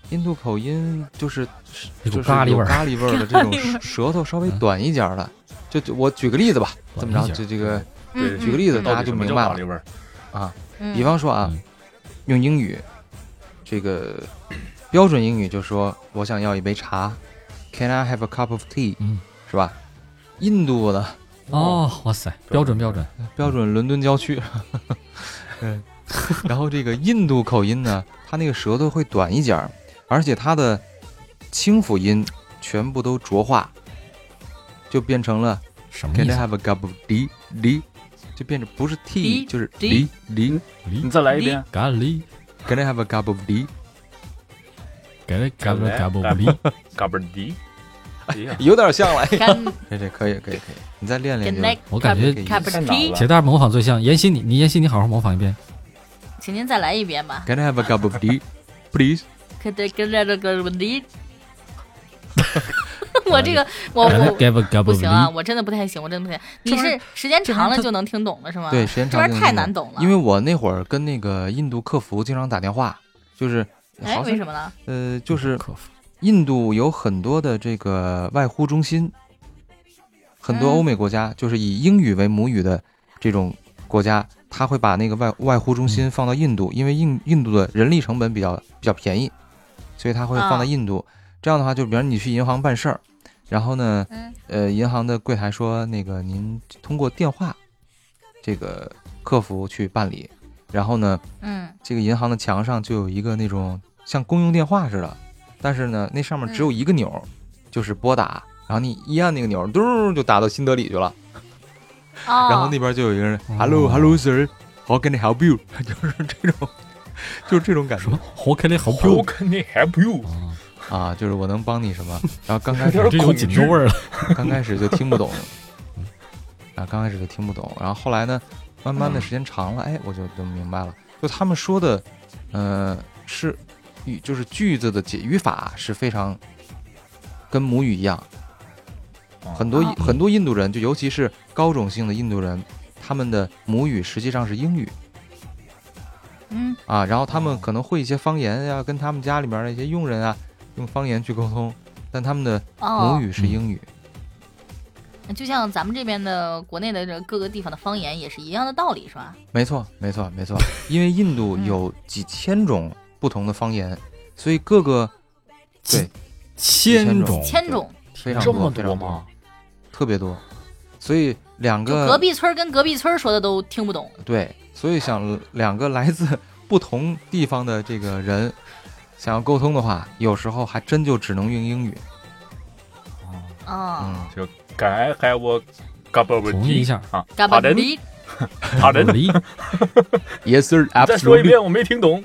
[SPEAKER 1] 印度口音就是
[SPEAKER 4] 一股
[SPEAKER 1] 就是
[SPEAKER 4] 咖喱
[SPEAKER 1] 有
[SPEAKER 4] 味儿
[SPEAKER 1] 咖喱味儿的这
[SPEAKER 2] 咖喱味儿
[SPEAKER 1] 种舌头稍微
[SPEAKER 4] 嗯
[SPEAKER 1] 短一点儿的，就就我举个例子吧，
[SPEAKER 4] 短
[SPEAKER 1] 这么
[SPEAKER 4] 一
[SPEAKER 1] 着，
[SPEAKER 4] 点
[SPEAKER 1] 就
[SPEAKER 4] 儿
[SPEAKER 1] 这个，
[SPEAKER 2] 嗯，
[SPEAKER 1] 举个例子
[SPEAKER 2] 嗯
[SPEAKER 1] 大家
[SPEAKER 5] 到底
[SPEAKER 1] 就
[SPEAKER 5] 什么
[SPEAKER 1] 明
[SPEAKER 5] 叫
[SPEAKER 1] 白了
[SPEAKER 5] 咖喱味儿？
[SPEAKER 2] 嗯
[SPEAKER 1] 比方说啊
[SPEAKER 4] 嗯，
[SPEAKER 1] 用英语，这个标准英语就说我想要一杯茶，Can I have a cup of tea？
[SPEAKER 4] 嗯
[SPEAKER 1] 是吧？印度的
[SPEAKER 4] 哦，哇塞，标准标准，
[SPEAKER 1] 标准伦敦郊区，嗯，然后这个印度口音呢，它那个舌头会短一截儿，而且它的清辅音全部都浊化，就变成了
[SPEAKER 4] 什么
[SPEAKER 1] Can
[SPEAKER 4] 意
[SPEAKER 1] I
[SPEAKER 4] 思？
[SPEAKER 1] have a cup of tea？梨就变成不是
[SPEAKER 2] D，
[SPEAKER 1] tea 就是梨
[SPEAKER 2] D
[SPEAKER 1] 梨
[SPEAKER 5] 你
[SPEAKER 4] 梨
[SPEAKER 5] 再来一遍。
[SPEAKER 4] 咖喱，
[SPEAKER 1] ，Can I have a cup of tea？
[SPEAKER 4] 咖喱咖喱咖喱
[SPEAKER 5] 咖喱
[SPEAKER 4] 梨，
[SPEAKER 1] 嗯
[SPEAKER 5] 嘎嘣迪，嗯哎呀，
[SPEAKER 1] 有点像了，哎
[SPEAKER 2] 干
[SPEAKER 1] 这这可以可以可以，你再练练
[SPEAKER 2] 跟
[SPEAKER 1] 就。
[SPEAKER 2] 那
[SPEAKER 4] 我感觉
[SPEAKER 2] c a p
[SPEAKER 5] 太
[SPEAKER 2] u
[SPEAKER 5] 难
[SPEAKER 2] c
[SPEAKER 5] 了
[SPEAKER 4] 铁蛋儿模仿最像。妍希，你你妍希，你好好模仿一遍。
[SPEAKER 2] 请您再来一遍吧。
[SPEAKER 1] Can I have a cup of tea, please？
[SPEAKER 2] 跟这跟这这个 *laughs* 你，我这个我
[SPEAKER 4] 咖喱
[SPEAKER 2] 我
[SPEAKER 4] 咖喱咖
[SPEAKER 2] 哦不
[SPEAKER 4] 喱
[SPEAKER 2] 行啊，
[SPEAKER 4] 梨，
[SPEAKER 2] 我真的不太行，我真的不太。你
[SPEAKER 4] 这玩意
[SPEAKER 2] 是
[SPEAKER 4] 儿
[SPEAKER 2] 时间
[SPEAKER 4] 这
[SPEAKER 2] 长
[SPEAKER 4] 玩意
[SPEAKER 2] 了
[SPEAKER 4] 儿它
[SPEAKER 2] 就能听懂了是吗？
[SPEAKER 1] 对，时间
[SPEAKER 2] 这
[SPEAKER 1] 长
[SPEAKER 2] 玩
[SPEAKER 1] 就
[SPEAKER 2] 意
[SPEAKER 1] 能
[SPEAKER 2] 儿太
[SPEAKER 1] 用
[SPEAKER 2] 难懂了。
[SPEAKER 1] 因为我那会儿跟那个印度客服经常打电话，就是
[SPEAKER 2] 哎，
[SPEAKER 1] 好
[SPEAKER 2] 为
[SPEAKER 1] 像
[SPEAKER 2] 什么呢？
[SPEAKER 1] 呃，就是
[SPEAKER 4] 客服
[SPEAKER 1] 印度有很多的这个外呼中心，很多
[SPEAKER 2] 嗯
[SPEAKER 1] 欧美国家就是以英语为母语的这种国家，他会把那个外外呼中心放到印度，因为印印度的人力成本比较比较便宜，所以他会放在
[SPEAKER 2] 啊
[SPEAKER 1] 印度。这样的话，就比如你去银行办事儿，然后呢，
[SPEAKER 2] 嗯
[SPEAKER 1] 呃，银行的柜台说，那个您通过电话这个客服去办理，然后呢，
[SPEAKER 2] 嗯
[SPEAKER 1] 这个银行的墙上就有一个那种像公用电话似的，但是呢，那上面只有一个钮儿，就是拨打，然后你一按那个钮儿，嘟就打到新德里去了，
[SPEAKER 2] 哦，
[SPEAKER 1] 然后那边就有一个人，Hello Hello Sir，How can I help you？就是 *laughs* 这种， *laughs* 就是这种感觉
[SPEAKER 4] 什么？活开的好
[SPEAKER 5] 我
[SPEAKER 4] 彪
[SPEAKER 5] 肯定 help you，
[SPEAKER 4] 啊，
[SPEAKER 1] 啊，就是我能帮你什么？然后刚开始
[SPEAKER 5] 有
[SPEAKER 4] 这
[SPEAKER 5] 点
[SPEAKER 4] 有锦州味儿了。
[SPEAKER 1] 刚开始就听不懂，啊，刚开始就听不懂，然后后来呢，慢慢的时间长了，哎，我就就明白了，就他们说的，呃，是语就是句子的解语法是非常跟母语一样，
[SPEAKER 5] 啊
[SPEAKER 1] 很多、
[SPEAKER 2] 哦
[SPEAKER 1] 很多印度人，就尤其是高种姓的印度人，他们的母语实际上是英语
[SPEAKER 2] 嗯
[SPEAKER 1] 啊，然后他们可能会一些方言呀、跟他们家里面的一些佣人啊，用方言去沟通，但他们的母
[SPEAKER 2] 哦，
[SPEAKER 1] 语是英语，
[SPEAKER 2] 就像咱们这边的国内的这各个地方的方言也是一样的道理是吧？
[SPEAKER 1] 没错，没错，没错。 *laughs* 因为
[SPEAKER 2] 嗯
[SPEAKER 1] 印度有几千种不同的方言，所以各个对
[SPEAKER 4] 千
[SPEAKER 1] 种
[SPEAKER 2] 千种，
[SPEAKER 1] 非常
[SPEAKER 5] 这么
[SPEAKER 1] 非常多，
[SPEAKER 5] 吗？
[SPEAKER 1] 特别多。所以两
[SPEAKER 2] 就
[SPEAKER 1] 个
[SPEAKER 2] 隔壁村儿跟隔壁村儿说的都听不懂。
[SPEAKER 1] 对，所以想两个来自不同地方的这个人想要沟通的话，有时候还真就只能用英语。
[SPEAKER 2] 啊，
[SPEAKER 1] 嗯，
[SPEAKER 5] 敢爱还我嘎嘣
[SPEAKER 4] 同意一
[SPEAKER 5] 迪
[SPEAKER 4] 下
[SPEAKER 5] 啊，
[SPEAKER 2] 嘎
[SPEAKER 5] 好
[SPEAKER 2] 巴
[SPEAKER 5] 的
[SPEAKER 2] 迪，
[SPEAKER 5] 好的，你
[SPEAKER 1] *laughs*
[SPEAKER 4] 梨，
[SPEAKER 1] 也是 a
[SPEAKER 5] 再说一遍，我没听懂。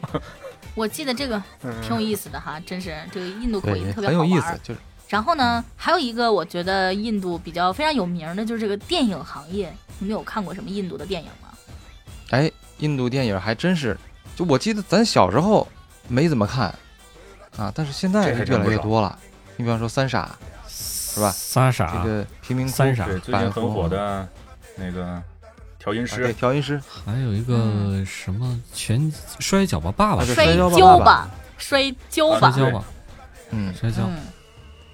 [SPEAKER 2] 我记得这个
[SPEAKER 5] 嗯
[SPEAKER 2] 挺有意思的哈，真是这个印度口
[SPEAKER 1] 对
[SPEAKER 2] 音，特别
[SPEAKER 1] 很
[SPEAKER 2] 好
[SPEAKER 1] 有意
[SPEAKER 2] 玩
[SPEAKER 1] 思
[SPEAKER 2] 儿。，
[SPEAKER 1] 就是
[SPEAKER 2] 然后呢，还有一个我觉得印度比较非常有名儿的就是这个电影行业，你们有看过什么印度的电影吗？
[SPEAKER 1] 哎，印度电影还真是，就我记得咱小时候没怎么看啊，但是现在
[SPEAKER 5] 这还
[SPEAKER 1] 是越
[SPEAKER 5] 真
[SPEAKER 1] 来
[SPEAKER 5] 不
[SPEAKER 1] 越
[SPEAKER 5] 少
[SPEAKER 1] 多了。你比方说三傻，
[SPEAKER 4] 是
[SPEAKER 1] 吧
[SPEAKER 4] 仨
[SPEAKER 1] 这
[SPEAKER 4] 傻，
[SPEAKER 1] 个贫民窟，
[SPEAKER 4] 啊三傻
[SPEAKER 5] 对，最近很火的那个调音
[SPEAKER 1] 啊对
[SPEAKER 5] 师，
[SPEAKER 1] 调音师，
[SPEAKER 4] 还有一个什么拳摔跤吧爸爸
[SPEAKER 1] 啊，对
[SPEAKER 2] 摔
[SPEAKER 1] 摔跤吧
[SPEAKER 2] 跤
[SPEAKER 1] 爸
[SPEAKER 2] 吧，摔跤
[SPEAKER 4] 摔
[SPEAKER 2] 吧
[SPEAKER 5] 啊，
[SPEAKER 4] 跤吧，
[SPEAKER 1] 嗯，
[SPEAKER 4] 摔跤，
[SPEAKER 2] 嗯，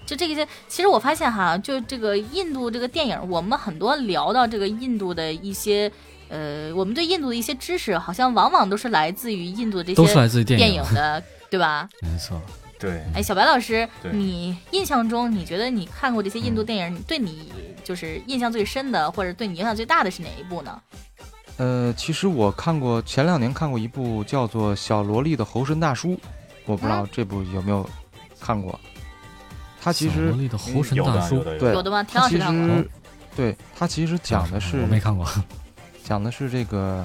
[SPEAKER 2] 就这些。其实我发现哈，就这个印度这个电影，我们很多聊到这个印度的一些，呃，我们对印度的一些知识，好像往往都是来自于印度这
[SPEAKER 4] 都是
[SPEAKER 2] 些
[SPEAKER 4] 来自于电
[SPEAKER 2] 电
[SPEAKER 4] 影
[SPEAKER 2] 影，的，对吧？
[SPEAKER 4] 没错。
[SPEAKER 5] 对，
[SPEAKER 2] 哎，小白老师，
[SPEAKER 5] 对
[SPEAKER 2] 你印象中你觉得你看过这些印度电影，你对你就是印象最深的，或者对你影响最大的是哪一部呢？
[SPEAKER 1] 呃，其实我看过前两年看过一部叫做《小萝莉的猴神大叔》，我不知
[SPEAKER 2] 啊
[SPEAKER 1] 道这部有没有看过。他其
[SPEAKER 4] 小
[SPEAKER 1] 实嗯
[SPEAKER 4] 萝莉的猴神
[SPEAKER 5] 有
[SPEAKER 4] 大
[SPEAKER 5] 的有
[SPEAKER 4] 叔，
[SPEAKER 5] 的有的，
[SPEAKER 1] 对
[SPEAKER 2] 有的吗？田
[SPEAKER 1] 他
[SPEAKER 2] 老
[SPEAKER 1] 其
[SPEAKER 2] 师看过吗？
[SPEAKER 1] 实对他其实讲的
[SPEAKER 4] 嗯我没
[SPEAKER 1] 是
[SPEAKER 4] 看过，
[SPEAKER 1] 讲的是这个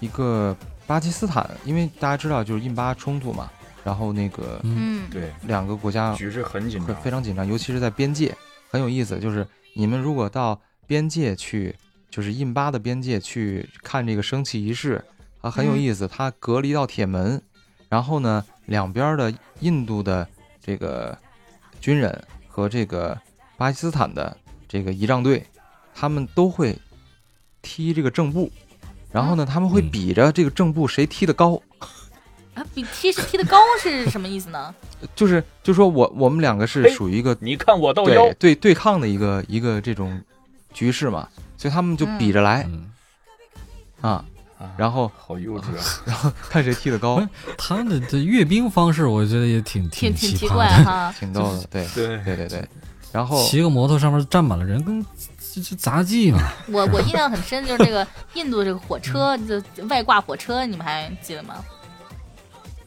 [SPEAKER 1] 一个巴基斯坦，因为大家知道就是印巴冲突嘛，然后那个
[SPEAKER 4] 嗯，
[SPEAKER 2] 嗯，
[SPEAKER 5] 对，
[SPEAKER 1] 两个国家
[SPEAKER 5] 局势很紧
[SPEAKER 1] 啊会
[SPEAKER 5] 张
[SPEAKER 1] 非。常紧张，尤其是在边界，很有意思。就是你们如果到边界去，就是印巴的边界去看这个升旗仪式，啊，很有意思。它隔了一道铁门，然后呢，两边的印度的这个军人和这个巴基斯坦的这个仪仗队，他们都会踢这个正步，然后呢，他们会
[SPEAKER 4] 嗯
[SPEAKER 1] 比着这个正步谁踢得高。
[SPEAKER 2] 啊，比踢是踢得高是什么意思呢？
[SPEAKER 1] 就是就说我我们两个是
[SPEAKER 5] 嘿
[SPEAKER 1] 属于一个
[SPEAKER 5] 你看我到腰
[SPEAKER 1] 对，对对抗的一个一个这种局势嘛，所以他们就比着来
[SPEAKER 4] 嗯，
[SPEAKER 1] 啊，
[SPEAKER 5] 啊
[SPEAKER 1] 然
[SPEAKER 5] *laughs*
[SPEAKER 1] 后
[SPEAKER 5] 好幼稚
[SPEAKER 1] *laughs*
[SPEAKER 5] 啊！
[SPEAKER 1] 看谁踢得高，
[SPEAKER 4] 他们的这阅兵方式，我觉得也挺
[SPEAKER 2] 挺挺
[SPEAKER 4] 奇
[SPEAKER 2] 奇
[SPEAKER 4] 葩
[SPEAKER 2] 怪
[SPEAKER 4] 的。
[SPEAKER 2] 哈。
[SPEAKER 1] 挺逗的，对
[SPEAKER 5] 对，
[SPEAKER 1] 对对对，然后
[SPEAKER 4] 骑个摩托上面站满了人，跟这这杂技嘛。
[SPEAKER 2] 我我印象很深，就是这个印度这个火车，就外挂火车，你们还记得吗？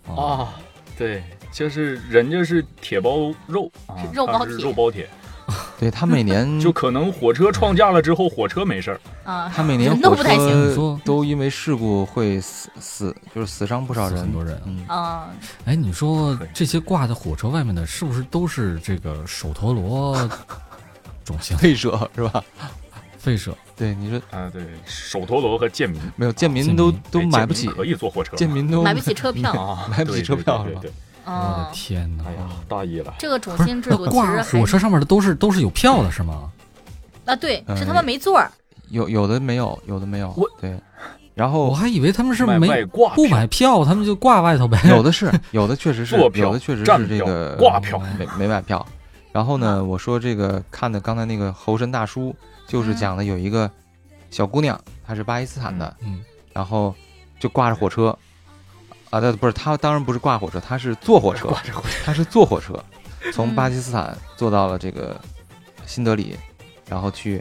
[SPEAKER 4] 哦，
[SPEAKER 5] 啊，对，就是人家是铁包肉啊，
[SPEAKER 2] 是肉包
[SPEAKER 5] 他是
[SPEAKER 2] 铁
[SPEAKER 5] 肉包铁，
[SPEAKER 1] 对他每年
[SPEAKER 5] *laughs* 就可能火车创架了之后，火车没事儿，
[SPEAKER 2] 啊，
[SPEAKER 1] 他每年
[SPEAKER 2] 人都
[SPEAKER 1] 火
[SPEAKER 2] 不太行。
[SPEAKER 4] 你
[SPEAKER 1] 车
[SPEAKER 4] 说
[SPEAKER 1] 都因为事故会死死就是死伤不少
[SPEAKER 4] 死
[SPEAKER 1] 人，
[SPEAKER 4] 很多人啊
[SPEAKER 1] 嗯，
[SPEAKER 2] 嗯，
[SPEAKER 4] 哎，你说这些挂在火车外面的，是不是都是这个手陀螺种姓
[SPEAKER 1] 退舍是吧？
[SPEAKER 4] 废舍？
[SPEAKER 1] 对，你说
[SPEAKER 5] 啊，对，手陀螺和贱民
[SPEAKER 1] 没有贱民
[SPEAKER 4] 贱
[SPEAKER 1] 都
[SPEAKER 4] 民
[SPEAKER 1] 都
[SPEAKER 5] 哎
[SPEAKER 1] 买
[SPEAKER 5] 贱
[SPEAKER 1] 不
[SPEAKER 5] 民
[SPEAKER 1] 起，
[SPEAKER 5] 可以坐火车吗，
[SPEAKER 1] 贱民都
[SPEAKER 2] 买不起车票。
[SPEAKER 5] 啊，
[SPEAKER 1] *laughs* 买不起
[SPEAKER 5] 对
[SPEAKER 1] 车票
[SPEAKER 5] 对
[SPEAKER 1] 是吧
[SPEAKER 5] 对对
[SPEAKER 4] 我的
[SPEAKER 2] 嗯，
[SPEAKER 4] 天哪
[SPEAKER 5] 对，！哎呀，大意了，
[SPEAKER 2] 这个种
[SPEAKER 4] 不是
[SPEAKER 2] 姓制度其
[SPEAKER 4] 挂
[SPEAKER 2] 实还
[SPEAKER 4] 火车上面的都是都是有票的是吗？
[SPEAKER 2] 啊，对，是他
[SPEAKER 1] 嗯
[SPEAKER 2] 们没座儿。
[SPEAKER 1] 有有的没有，有的没有
[SPEAKER 5] 我，
[SPEAKER 1] 对，然
[SPEAKER 4] 我
[SPEAKER 1] 后
[SPEAKER 4] 还以为他们是
[SPEAKER 5] 卖
[SPEAKER 4] 没
[SPEAKER 5] 外挂
[SPEAKER 4] 不
[SPEAKER 5] 票
[SPEAKER 4] 买票，他们就挂外头呗。
[SPEAKER 1] 有的是，有的确实是，
[SPEAKER 5] 坐
[SPEAKER 1] 有
[SPEAKER 5] 票
[SPEAKER 1] 的确实
[SPEAKER 5] 站
[SPEAKER 1] 是这
[SPEAKER 5] 票
[SPEAKER 1] 个
[SPEAKER 5] 挂票
[SPEAKER 1] 没没买票。然后呢，我说这个看的刚才那个猴神大叔，就是
[SPEAKER 2] 嗯
[SPEAKER 1] 讲的有一个小姑娘，她是巴基斯坦的，
[SPEAKER 4] 嗯，
[SPEAKER 1] 然后就挂着火车，啊，她不是，她当然不是挂火车，她是坐火车，
[SPEAKER 5] 着火车
[SPEAKER 1] 她是坐火车，从
[SPEAKER 2] 嗯
[SPEAKER 1] 巴基斯坦坐到了这个新德里，然后去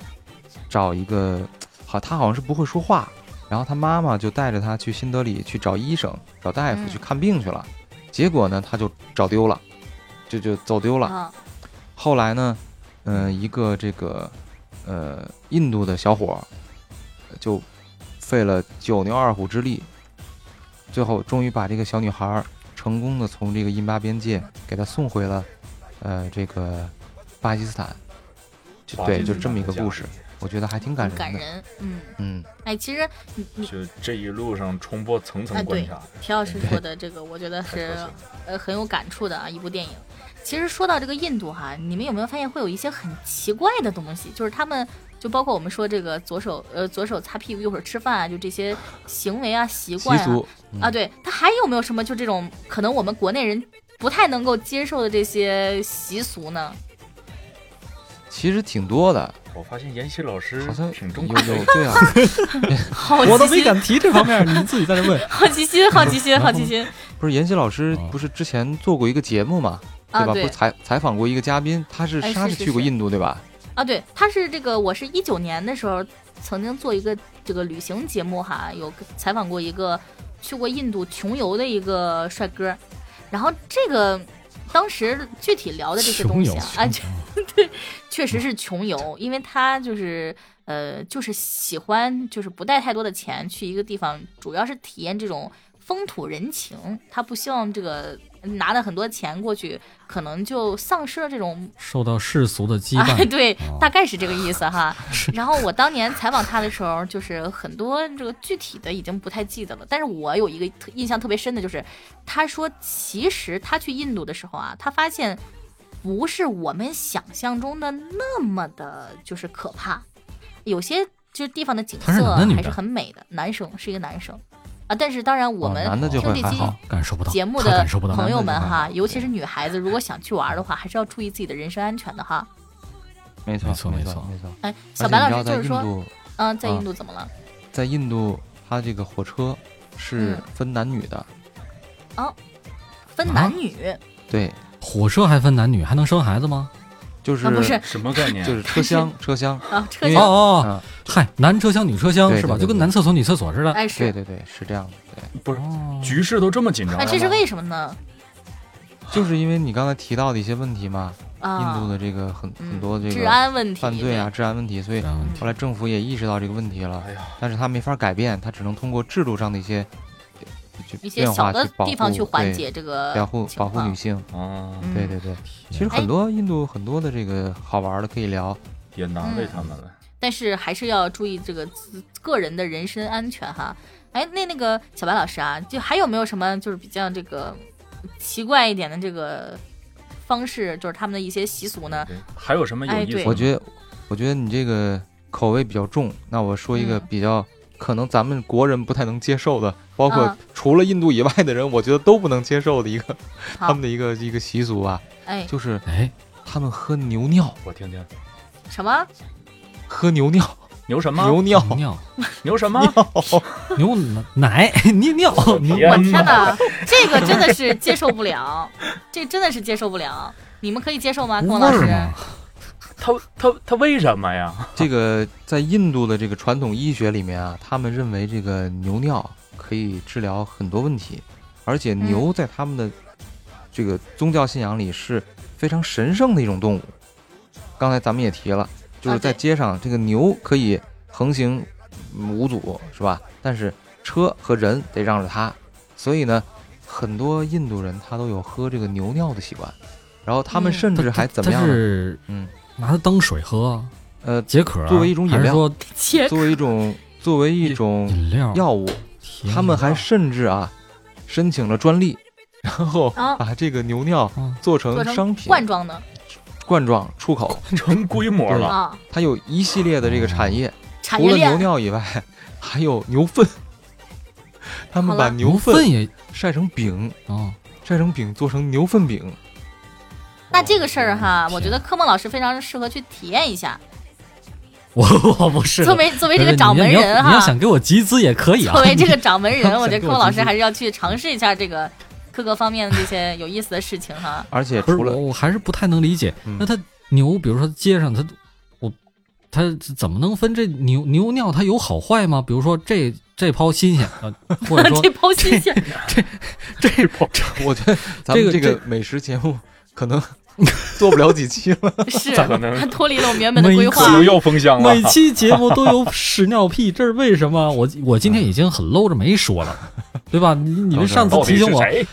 [SPEAKER 1] 找一个，好，她好像是不会说话，然后她妈妈就带着她去新德里去找医生、找大夫
[SPEAKER 2] 嗯
[SPEAKER 1] 去看病去了，结果呢，她就找丢了，就就走丢了。
[SPEAKER 2] 啊，
[SPEAKER 1] 后来呢，嗯、一个这个呃印度的小伙儿呃就费了九牛二虎之力，最后终于把这个小女孩儿成功的从这个印巴边界给她送回了呃这个巴基斯坦。就 *laughs*
[SPEAKER 5] 巴
[SPEAKER 1] 对，
[SPEAKER 5] 基
[SPEAKER 1] 就
[SPEAKER 5] 斯
[SPEAKER 1] 这么
[SPEAKER 5] 坦
[SPEAKER 1] 一个
[SPEAKER 5] 的
[SPEAKER 1] 故
[SPEAKER 5] 家
[SPEAKER 1] 事，我觉得还挺感
[SPEAKER 2] 很
[SPEAKER 1] 人的。
[SPEAKER 2] 感人。嗯，
[SPEAKER 1] 嗯，
[SPEAKER 2] 哎，其实你你
[SPEAKER 5] 就这一路上冲破层
[SPEAKER 2] 啊
[SPEAKER 5] 层
[SPEAKER 2] 对
[SPEAKER 5] 关卡，
[SPEAKER 2] 田老师说的这个，我觉得是
[SPEAKER 5] 太可惜了
[SPEAKER 2] 呃很有感触的啊，一部电影。其实说到这个印度哈，你们有没有发现会有一些很奇怪的东西？就是他们就包括我们说这个左手呃左手擦屁股，右手吃饭啊，就这些行为啊习
[SPEAKER 1] 习
[SPEAKER 2] 惯啊
[SPEAKER 1] 俗嗯
[SPEAKER 4] 嗯
[SPEAKER 2] 啊，对，他还有没有什么就这种可能我们国内人不太能够接受的这些习俗呢？
[SPEAKER 1] 其实挺多的，
[SPEAKER 5] 我发现妍希老师
[SPEAKER 1] 好像
[SPEAKER 5] 挺
[SPEAKER 1] 有
[SPEAKER 5] 重口味
[SPEAKER 1] 有对啊，
[SPEAKER 2] 好
[SPEAKER 4] 我都
[SPEAKER 2] 奇
[SPEAKER 4] 没
[SPEAKER 2] 心，
[SPEAKER 4] 敢提这方面，你自己在这问。
[SPEAKER 2] 好奇心，好奇心，好奇
[SPEAKER 4] *laughs*
[SPEAKER 2] 心
[SPEAKER 1] 不是妍希老师
[SPEAKER 4] 哦
[SPEAKER 1] 不是之前做过一个节目嘛，
[SPEAKER 2] 啊！
[SPEAKER 1] 吧？不
[SPEAKER 2] 对
[SPEAKER 1] 是采采访过一个嘉宾，他是
[SPEAKER 2] 哎
[SPEAKER 1] 他
[SPEAKER 2] 是
[SPEAKER 1] 是
[SPEAKER 2] 是
[SPEAKER 1] 去过
[SPEAKER 2] 是
[SPEAKER 1] 印度对吧？
[SPEAKER 2] 啊，对，他是这个，我是一九年的时候曾经做一个这个旅行节目哈，有采访过一个去过印度穷游的一个帅哥，然后这个当时具体聊的这些东
[SPEAKER 4] 穷游
[SPEAKER 2] 西啊，啊，这 *laughs* 确实是穷游，因为他就是呃，就是喜欢就是不带太多的钱去一个地方，主要是体验这种风土人情，他不希望这个拿了很多钱过去，可能就丧失了这种
[SPEAKER 4] *laughs* 受到世俗的羁
[SPEAKER 2] 啊，
[SPEAKER 4] 绊，
[SPEAKER 2] 对
[SPEAKER 4] 哦，
[SPEAKER 2] 大概是这个意思
[SPEAKER 4] *laughs*
[SPEAKER 2] 哈。然后我当年采访他的时候，就是很多这个具体的已经不太记得了，但是我有一个特印象特别深的就是，他说其实他去印度的时候啊，他发现不是我们想象中的那么的，就是可怕，有些就是地方的景
[SPEAKER 4] 他是
[SPEAKER 2] 色啊
[SPEAKER 4] 男的女
[SPEAKER 2] 还
[SPEAKER 4] 的
[SPEAKER 2] 是很美的。男生是一个男生啊，但是当然我
[SPEAKER 1] 哦
[SPEAKER 2] 们
[SPEAKER 1] 男的就
[SPEAKER 2] 听
[SPEAKER 1] 会
[SPEAKER 2] 这
[SPEAKER 1] 还
[SPEAKER 2] 期
[SPEAKER 1] 好。
[SPEAKER 4] 感受不到
[SPEAKER 2] 节目
[SPEAKER 4] 他
[SPEAKER 2] 的
[SPEAKER 4] 感受不到。
[SPEAKER 2] 朋友们
[SPEAKER 1] 男的就还
[SPEAKER 2] 哈
[SPEAKER 1] 好，
[SPEAKER 2] 尤其是女孩子，如果想去玩的话，还是要注意自己的人身安全的哈。
[SPEAKER 1] 没错，
[SPEAKER 4] 没错
[SPEAKER 1] 没
[SPEAKER 4] 没
[SPEAKER 1] 错
[SPEAKER 4] 错，
[SPEAKER 1] 没错。
[SPEAKER 2] 哎，
[SPEAKER 1] 而且
[SPEAKER 2] 小
[SPEAKER 1] 你
[SPEAKER 2] 白老
[SPEAKER 1] 知道
[SPEAKER 2] 师
[SPEAKER 1] 在
[SPEAKER 2] 就是
[SPEAKER 1] 印
[SPEAKER 2] 说，
[SPEAKER 1] 度，
[SPEAKER 2] 嗯，在
[SPEAKER 1] 啊
[SPEAKER 2] 印度怎么了？
[SPEAKER 1] 在印度，它这个火车是
[SPEAKER 2] 嗯
[SPEAKER 1] 分男女的，
[SPEAKER 2] 分
[SPEAKER 4] 啊
[SPEAKER 2] 男女，
[SPEAKER 1] 对，
[SPEAKER 4] 火车还分男女，还能生孩子吗？
[SPEAKER 1] 就是、
[SPEAKER 2] 啊不是
[SPEAKER 5] *laughs* 什么概念？
[SPEAKER 1] 就是车厢
[SPEAKER 2] *laughs*
[SPEAKER 1] 车厢，
[SPEAKER 2] 啊，车
[SPEAKER 1] 因为
[SPEAKER 4] 哦
[SPEAKER 2] 厢，
[SPEAKER 4] 哦，哦
[SPEAKER 1] 啊，
[SPEAKER 4] 嗨，男车厢女车厢
[SPEAKER 1] 对
[SPEAKER 4] 是吧？
[SPEAKER 1] 对对
[SPEAKER 4] 就跟男厕所女厕所似的。
[SPEAKER 2] 哎
[SPEAKER 1] 对
[SPEAKER 2] 是，
[SPEAKER 1] 对对，是这样的，对，
[SPEAKER 5] 不是
[SPEAKER 4] 哦
[SPEAKER 5] 局势都这么紧张了啊
[SPEAKER 2] 哎
[SPEAKER 5] 吗，
[SPEAKER 2] 这是为什么呢？
[SPEAKER 1] 就是因为你刚才提到的一些问题嘛，
[SPEAKER 2] 啊，
[SPEAKER 1] 印度的这个很、
[SPEAKER 2] 嗯
[SPEAKER 1] 很多这
[SPEAKER 2] 治
[SPEAKER 1] 个
[SPEAKER 2] 安问题，
[SPEAKER 1] 犯罪啊、治安问题，所以
[SPEAKER 4] 这样问题
[SPEAKER 1] 后来政府也意识到这个问题了，
[SPEAKER 5] 嗯哎呀，
[SPEAKER 1] 但是他没法改变，他只能通过制度上的一些就
[SPEAKER 2] 嗯一些
[SPEAKER 1] 变
[SPEAKER 2] 小
[SPEAKER 1] 化
[SPEAKER 2] 的
[SPEAKER 1] 去保护
[SPEAKER 2] 地方去缓
[SPEAKER 1] 对
[SPEAKER 2] 解这个
[SPEAKER 1] 保护
[SPEAKER 2] 情
[SPEAKER 1] 保护
[SPEAKER 2] 况
[SPEAKER 1] 女性，
[SPEAKER 5] 啊，
[SPEAKER 2] 嗯
[SPEAKER 1] 对对对，其实
[SPEAKER 4] 天
[SPEAKER 1] 很多印度很多的这个好玩的可以聊，
[SPEAKER 5] 也难为他们了。
[SPEAKER 2] 但是还是要注意这个自个人的人身安全哈。哎，那那个小白老师啊，就还有没有什么就是比较这个奇怪一点的这个方式，就是他们的一些习俗呢？
[SPEAKER 5] 对还有什么有
[SPEAKER 2] 嗯哎
[SPEAKER 5] 意思
[SPEAKER 2] 对
[SPEAKER 5] 吗？
[SPEAKER 1] 我觉得，我觉得你这个口味比较重。那我说一个
[SPEAKER 2] 嗯
[SPEAKER 1] 比较、可能咱们国人不太能接受的，包括
[SPEAKER 2] 嗯
[SPEAKER 1] 除了印度以外的人，我觉得都不能接受的一个他
[SPEAKER 2] 好
[SPEAKER 1] 们，的一个一个习俗吧，
[SPEAKER 2] 哎，
[SPEAKER 1] 就是
[SPEAKER 4] 哎，
[SPEAKER 1] 他们喝牛尿，
[SPEAKER 5] 我听听
[SPEAKER 2] 什么？
[SPEAKER 1] 喝牛尿，
[SPEAKER 5] 牛什么
[SPEAKER 1] 牛尿。
[SPEAKER 4] 尿
[SPEAKER 5] 牛
[SPEAKER 1] *laughs*
[SPEAKER 5] 什么？
[SPEAKER 2] *laughs*
[SPEAKER 4] 牛奶 *laughs* 你尿
[SPEAKER 1] 哦
[SPEAKER 4] 牛
[SPEAKER 5] 天
[SPEAKER 2] 我天
[SPEAKER 5] 哪
[SPEAKER 4] *laughs*
[SPEAKER 2] 哪，这个真的是接受不了，这真的是接受不了。你们可以接受
[SPEAKER 1] 啊
[SPEAKER 2] 吗，
[SPEAKER 4] 无
[SPEAKER 2] 跟我老
[SPEAKER 4] 味
[SPEAKER 2] 师
[SPEAKER 4] 儿？吗？
[SPEAKER 5] 他他他为什么呀？ *laughs*
[SPEAKER 1] 这个在印度的这个传统医学里面啊，他们认为这个牛尿可以治疗很多问题，而且牛在他们的这个宗教信仰里是非常神圣的一种动物。刚才咱们也提了，就是在
[SPEAKER 2] 啊对
[SPEAKER 1] 街上，这个牛可以横行嗯无阻，是吧？但是车和人得让着它，所以呢，很多印度人他都有喝这个牛尿的习惯，然后他们
[SPEAKER 2] 嗯
[SPEAKER 1] 甚至
[SPEAKER 4] 它
[SPEAKER 1] 还
[SPEAKER 4] 它
[SPEAKER 1] 怎么样
[SPEAKER 4] 它
[SPEAKER 1] 呢？
[SPEAKER 4] 是
[SPEAKER 1] 嗯，
[SPEAKER 4] 拿它当水喝啊，
[SPEAKER 1] 呃，
[SPEAKER 4] 解渴啊
[SPEAKER 1] 作为一种饮料
[SPEAKER 4] 还是说
[SPEAKER 2] 切，
[SPEAKER 1] 作为一种作为一种
[SPEAKER 4] 饮料，
[SPEAKER 1] 药物，
[SPEAKER 4] 甜
[SPEAKER 1] 他们还
[SPEAKER 4] 饮
[SPEAKER 1] 甚至啊申请了专利，然 *laughs* 后
[SPEAKER 2] 啊
[SPEAKER 1] 把这个牛尿
[SPEAKER 4] 嗯
[SPEAKER 1] 做
[SPEAKER 2] 做
[SPEAKER 1] 成
[SPEAKER 2] 成
[SPEAKER 1] 商品
[SPEAKER 2] 罐装的
[SPEAKER 1] 罐装出口。
[SPEAKER 5] 成规模
[SPEAKER 1] 对
[SPEAKER 5] 了，
[SPEAKER 2] 啊，
[SPEAKER 1] 它有一系列的这个产业，
[SPEAKER 2] 产
[SPEAKER 1] 除
[SPEAKER 2] 业
[SPEAKER 1] 了牛
[SPEAKER 2] 链。
[SPEAKER 1] 尿以外， *laughs* 还有牛粪。他们
[SPEAKER 2] 好
[SPEAKER 1] 把
[SPEAKER 2] 了
[SPEAKER 4] 料牛
[SPEAKER 1] 牛
[SPEAKER 4] 粪
[SPEAKER 1] 粪
[SPEAKER 4] 也
[SPEAKER 1] 晒成饼，
[SPEAKER 4] 啊，
[SPEAKER 1] 晒成饼做成牛粪饼。
[SPEAKER 2] 那这个事儿哈，
[SPEAKER 4] 天
[SPEAKER 2] 我觉得科梦老师非常适合去体验一下。
[SPEAKER 4] 我我不是
[SPEAKER 2] 作为作为这
[SPEAKER 4] 不是
[SPEAKER 2] 个掌门
[SPEAKER 4] 你要你要
[SPEAKER 2] 人
[SPEAKER 4] 你要
[SPEAKER 2] 哈，
[SPEAKER 4] 想给我集资也可以啊
[SPEAKER 2] 作，为
[SPEAKER 4] *laughs*
[SPEAKER 2] 这个
[SPEAKER 1] *laughs*
[SPEAKER 2] 掌门人，我觉得
[SPEAKER 4] 给
[SPEAKER 2] 科
[SPEAKER 4] 我
[SPEAKER 2] 梦老师
[SPEAKER 4] 集资
[SPEAKER 2] 还是要去尝试一下这个各个方面的这些有意思的事情哈。
[SPEAKER 1] 而且
[SPEAKER 4] 不是
[SPEAKER 1] 除
[SPEAKER 4] 我
[SPEAKER 1] 了
[SPEAKER 4] 我还是不太能理解，
[SPEAKER 1] 嗯
[SPEAKER 4] 那它牛，比如说街上它，我它怎么能分这牛牛尿它有好坏吗？比如说这这泡新鲜啊，或者说
[SPEAKER 2] *laughs* 这包新
[SPEAKER 4] *laughs*
[SPEAKER 2] 鲜，
[SPEAKER 4] 这
[SPEAKER 1] 我觉得 *laughs* 咱们
[SPEAKER 4] 这
[SPEAKER 1] 这
[SPEAKER 4] 个
[SPEAKER 1] 个美食节目可能 *laughs* 做不了几期了。 *laughs*
[SPEAKER 2] 是
[SPEAKER 5] 咋可能
[SPEAKER 2] 他脱离了我们原本的
[SPEAKER 4] 每
[SPEAKER 2] 规
[SPEAKER 5] *laughs*
[SPEAKER 4] 一
[SPEAKER 2] 划
[SPEAKER 5] 可。能要封箱了
[SPEAKER 4] 每。期节目都有屎尿屁，这是为什么？我我今天已经很搂着没说了，对吧？你你们上次
[SPEAKER 5] 到底
[SPEAKER 4] 提
[SPEAKER 5] 是
[SPEAKER 4] 醒我，
[SPEAKER 5] 谁？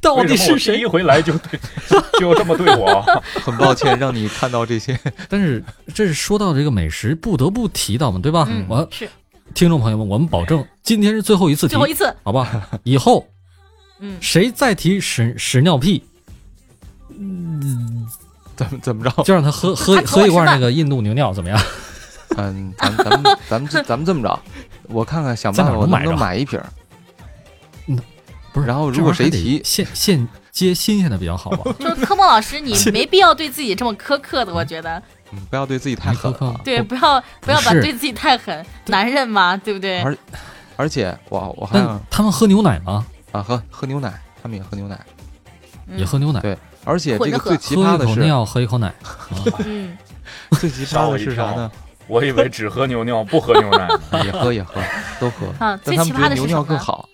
[SPEAKER 4] 到
[SPEAKER 5] 为
[SPEAKER 4] 底
[SPEAKER 5] 什么
[SPEAKER 4] 是
[SPEAKER 5] 我第
[SPEAKER 4] 谁
[SPEAKER 5] 一？回来就对 *laughs* 就这么对我？ *laughs*
[SPEAKER 1] 很抱歉让你看到这些， *laughs*
[SPEAKER 4] 但是这是说到这个美食，不得不提到嘛，对吧？
[SPEAKER 2] 嗯
[SPEAKER 4] 我
[SPEAKER 2] 是
[SPEAKER 4] 听众朋友们，我们保证今天是最后一次提
[SPEAKER 2] 最，后一次，
[SPEAKER 4] 好吧？以后
[SPEAKER 2] 嗯，
[SPEAKER 4] 谁再提屎屎尿屁，
[SPEAKER 1] 怎么怎么着？
[SPEAKER 4] 就让他喝喝
[SPEAKER 2] 他请我
[SPEAKER 4] 喝一罐
[SPEAKER 2] 吃饭
[SPEAKER 4] 那个印度牛尿，怎么样？
[SPEAKER 1] *laughs* 嗯，咱咱们咱们这咱们这么着，我看看想
[SPEAKER 4] 在
[SPEAKER 1] 办
[SPEAKER 4] 哪
[SPEAKER 1] 法
[SPEAKER 4] 儿
[SPEAKER 1] 我能
[SPEAKER 4] 能买
[SPEAKER 1] 不能
[SPEAKER 4] 着
[SPEAKER 1] 买一瓶儿。
[SPEAKER 4] 不是，
[SPEAKER 1] 然后
[SPEAKER 4] 这
[SPEAKER 1] 如果
[SPEAKER 4] 玩意
[SPEAKER 1] 谁
[SPEAKER 4] 儿还得
[SPEAKER 1] 提
[SPEAKER 4] 现现接新鲜的比较好吧？
[SPEAKER 2] 就是科梦老师，
[SPEAKER 1] *laughs*
[SPEAKER 2] 你没必要对自己这么苛刻的，我觉得，
[SPEAKER 1] 嗯，不要对自己 *laughs* 太狠
[SPEAKER 4] 你。喝喝
[SPEAKER 2] 对，不要不要把
[SPEAKER 4] 是
[SPEAKER 2] 对自己太狠，男人嘛，对不对？
[SPEAKER 1] 而而且我我还
[SPEAKER 4] 但
[SPEAKER 1] 想
[SPEAKER 4] 他们喝牛奶吗？
[SPEAKER 1] 啊喝喝牛奶，他们也喝牛奶，
[SPEAKER 2] 嗯
[SPEAKER 4] 也喝牛奶，
[SPEAKER 1] 对而且这
[SPEAKER 2] 混着
[SPEAKER 1] 个
[SPEAKER 2] 喝
[SPEAKER 1] 最奇
[SPEAKER 4] 喝
[SPEAKER 1] 葩
[SPEAKER 4] 一
[SPEAKER 1] 的
[SPEAKER 4] 口
[SPEAKER 1] 是
[SPEAKER 4] 尿，喝一口奶。
[SPEAKER 2] 嗯，
[SPEAKER 1] 最奇
[SPEAKER 5] 吓
[SPEAKER 1] 葩
[SPEAKER 5] 我
[SPEAKER 1] 的
[SPEAKER 5] 一
[SPEAKER 1] 是啥呢？
[SPEAKER 5] 我以为只喝牛尿不喝牛奶呢。
[SPEAKER 1] 也喝也喝都喝，
[SPEAKER 2] 啊，
[SPEAKER 1] 但
[SPEAKER 2] 最
[SPEAKER 1] 他
[SPEAKER 2] 奇
[SPEAKER 1] 们
[SPEAKER 2] 葩
[SPEAKER 1] 觉
[SPEAKER 2] 的
[SPEAKER 1] 得
[SPEAKER 2] 是
[SPEAKER 1] 牛
[SPEAKER 2] 什
[SPEAKER 1] 尿
[SPEAKER 2] 么
[SPEAKER 1] 更
[SPEAKER 2] 呢？
[SPEAKER 1] 好。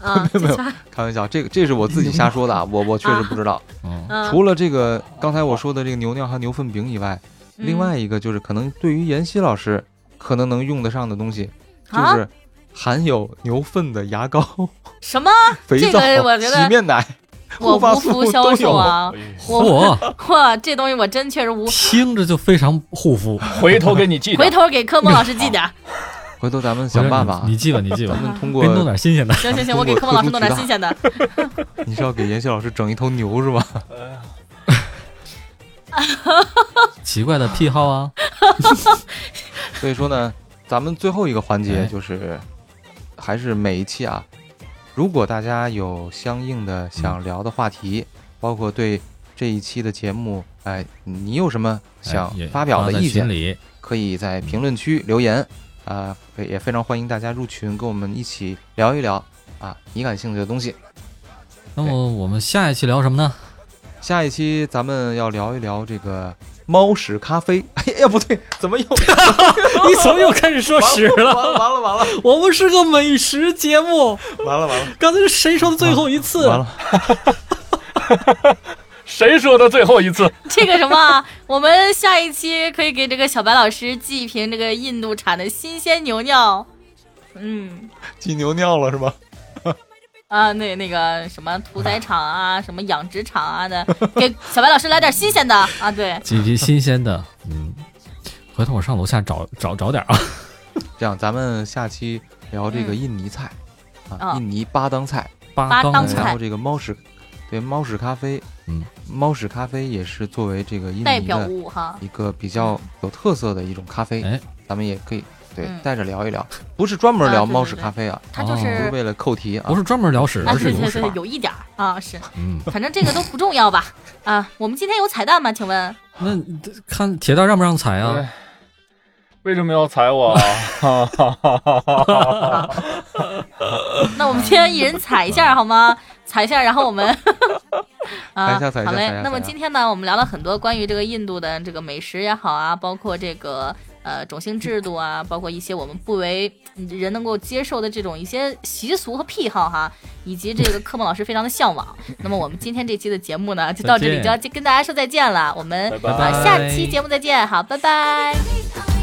[SPEAKER 2] 啊，最
[SPEAKER 1] *laughs* 没有
[SPEAKER 2] 奇葩，
[SPEAKER 1] 开玩笑，这个这是我自己瞎说的啊，我我确实不知道。
[SPEAKER 4] 嗯，
[SPEAKER 2] 嗯，
[SPEAKER 1] 除了这个刚才我说的这个牛尿和牛粪饼以外，
[SPEAKER 2] 嗯
[SPEAKER 1] 另外一个就是可能对于妍希老师可能能用得上的东西，就
[SPEAKER 2] 啊
[SPEAKER 1] 是含有牛粪的牙膏、
[SPEAKER 2] 什么？
[SPEAKER 1] 肥
[SPEAKER 2] 这
[SPEAKER 1] 皂、
[SPEAKER 2] 个我觉得
[SPEAKER 1] 洗面奶。
[SPEAKER 2] 我
[SPEAKER 1] 护发
[SPEAKER 2] 无
[SPEAKER 1] 素
[SPEAKER 2] 福消
[SPEAKER 1] 都
[SPEAKER 2] 受
[SPEAKER 1] 有 *laughs*
[SPEAKER 2] 啊！
[SPEAKER 4] 哎
[SPEAKER 2] 我
[SPEAKER 4] 嚯，
[SPEAKER 2] 哇，这东西我真确实无。
[SPEAKER 4] 听着就非常护肤。
[SPEAKER 1] 啊
[SPEAKER 5] 回头给你记
[SPEAKER 2] 回
[SPEAKER 5] 着。
[SPEAKER 2] 头给科梦老师寄点
[SPEAKER 1] *laughs*
[SPEAKER 2] 儿。
[SPEAKER 1] 回头咱们想办法啊，
[SPEAKER 4] 你记吧，你记吧
[SPEAKER 1] 咱，们通
[SPEAKER 4] 给
[SPEAKER 1] *laughs* 过
[SPEAKER 4] 你弄点新
[SPEAKER 1] *laughs*
[SPEAKER 4] 鲜的。
[SPEAKER 2] 行行行，我给科梦老师弄点新鲜的。
[SPEAKER 1] 你是要给妍希老师整一头牛是吧？
[SPEAKER 4] 奇怪的癖好啊，
[SPEAKER 1] *laughs* 所以说呢，咱们最后一个环节
[SPEAKER 4] 哎
[SPEAKER 1] 就是，还是每一期啊，如果大家有相应的想聊的话题，包括对这一期的节目，哎，你有什么想
[SPEAKER 4] 哎也
[SPEAKER 1] 发表
[SPEAKER 4] 放
[SPEAKER 1] 的
[SPEAKER 4] 在
[SPEAKER 1] 意
[SPEAKER 4] 群
[SPEAKER 1] 见，
[SPEAKER 4] 里
[SPEAKER 1] 可以在评论区留言。啊、也非常欢迎大家入群，跟我们一起聊一聊啊你感兴趣的东西。
[SPEAKER 4] 那么我们下一期聊什么
[SPEAKER 1] *laughs*
[SPEAKER 4] 呢？
[SPEAKER 1] 下一期咱们要聊一聊这个猫屎咖啡。 *laughs* 哎呀，不对，怎 *laughs* 么又
[SPEAKER 4] 你怎么又开始说屎
[SPEAKER 1] 完
[SPEAKER 4] 了？
[SPEAKER 1] 了完了完了
[SPEAKER 4] 我们是个美食节目，
[SPEAKER 1] 完了完 *laughs* 了
[SPEAKER 4] 刚才是谁说的最后一次？
[SPEAKER 1] 完了！
[SPEAKER 5] 谁说的最后一次？
[SPEAKER 2] 这个什么啊，我们下一期可以给这个小白老师寄一瓶这个印度产的新鲜牛尿。嗯
[SPEAKER 1] 挤牛尿了是吧？
[SPEAKER 2] 啊，那那个什么屠宰场啊，什么养殖场啊的，给小白老师来点新鲜的啊。对，
[SPEAKER 4] 几集新鲜的，嗯，回头我上楼下找找找点儿啊。
[SPEAKER 1] 这样，咱们下期聊这个
[SPEAKER 2] 嗯
[SPEAKER 1] 印尼菜啊，
[SPEAKER 2] 啊
[SPEAKER 1] 印尼巴当菜，嗯
[SPEAKER 4] 巴
[SPEAKER 2] 巴当
[SPEAKER 4] 当
[SPEAKER 2] 菜
[SPEAKER 1] 然
[SPEAKER 4] 菜
[SPEAKER 1] 后这个猫屎，对猫屎咖啡，
[SPEAKER 4] 嗯，
[SPEAKER 1] 猫屎咖啡也是作为这个印
[SPEAKER 2] 代
[SPEAKER 1] 尼
[SPEAKER 2] 表
[SPEAKER 1] 的
[SPEAKER 2] 物哈，
[SPEAKER 1] 一个比较有特色的一种咖啡，
[SPEAKER 4] 哎
[SPEAKER 1] 咱们也可以对
[SPEAKER 2] 嗯
[SPEAKER 1] 带着聊一聊，不是专门
[SPEAKER 2] 啊
[SPEAKER 1] 聊
[SPEAKER 2] 对
[SPEAKER 1] 猫
[SPEAKER 2] 对
[SPEAKER 1] 屎
[SPEAKER 2] 对
[SPEAKER 1] 咖啡啊，
[SPEAKER 2] 它就
[SPEAKER 4] 哦
[SPEAKER 1] 不是
[SPEAKER 2] 是
[SPEAKER 1] 为了扣题啊
[SPEAKER 4] 不，是专门聊屎，
[SPEAKER 2] 啊，
[SPEAKER 4] 而
[SPEAKER 2] 对
[SPEAKER 4] 是
[SPEAKER 2] 对
[SPEAKER 4] 有屎
[SPEAKER 2] 对
[SPEAKER 4] 吧，。
[SPEAKER 2] 有一点儿啊，是，
[SPEAKER 4] 嗯，
[SPEAKER 2] 反正这个都不重要吧？啊，我们今天有彩蛋吗？请问
[SPEAKER 4] 那你这看铁蛋让不让踩啊？
[SPEAKER 5] 为什么要踩我啊？ *laughs*
[SPEAKER 2] 那我们
[SPEAKER 1] *laughs*
[SPEAKER 2] 今天一人踩一下好吗？踩一下，然后我们
[SPEAKER 1] 踩
[SPEAKER 2] 啊
[SPEAKER 1] 一下踩一，下
[SPEAKER 2] 好
[SPEAKER 1] 踩一下
[SPEAKER 2] 嘞。那
[SPEAKER 1] 踩
[SPEAKER 2] 么
[SPEAKER 1] 一下
[SPEAKER 2] 今天呢，我们聊了很多关于这个印度的这个美食也好啊，包括这个呃种姓制度
[SPEAKER 1] *laughs*
[SPEAKER 2] 啊，包括一些我们不为人能够接受的这种一些习俗和癖好哈，以及这个科梦老师非常的向
[SPEAKER 1] *laughs*
[SPEAKER 2] 往。那么我们今天这期的节目呢，就到这里就要
[SPEAKER 4] 再
[SPEAKER 2] 跟大家说再见了，我们
[SPEAKER 5] 拜拜
[SPEAKER 2] 啊下期节目再见，好，拜拜。
[SPEAKER 6] Everything I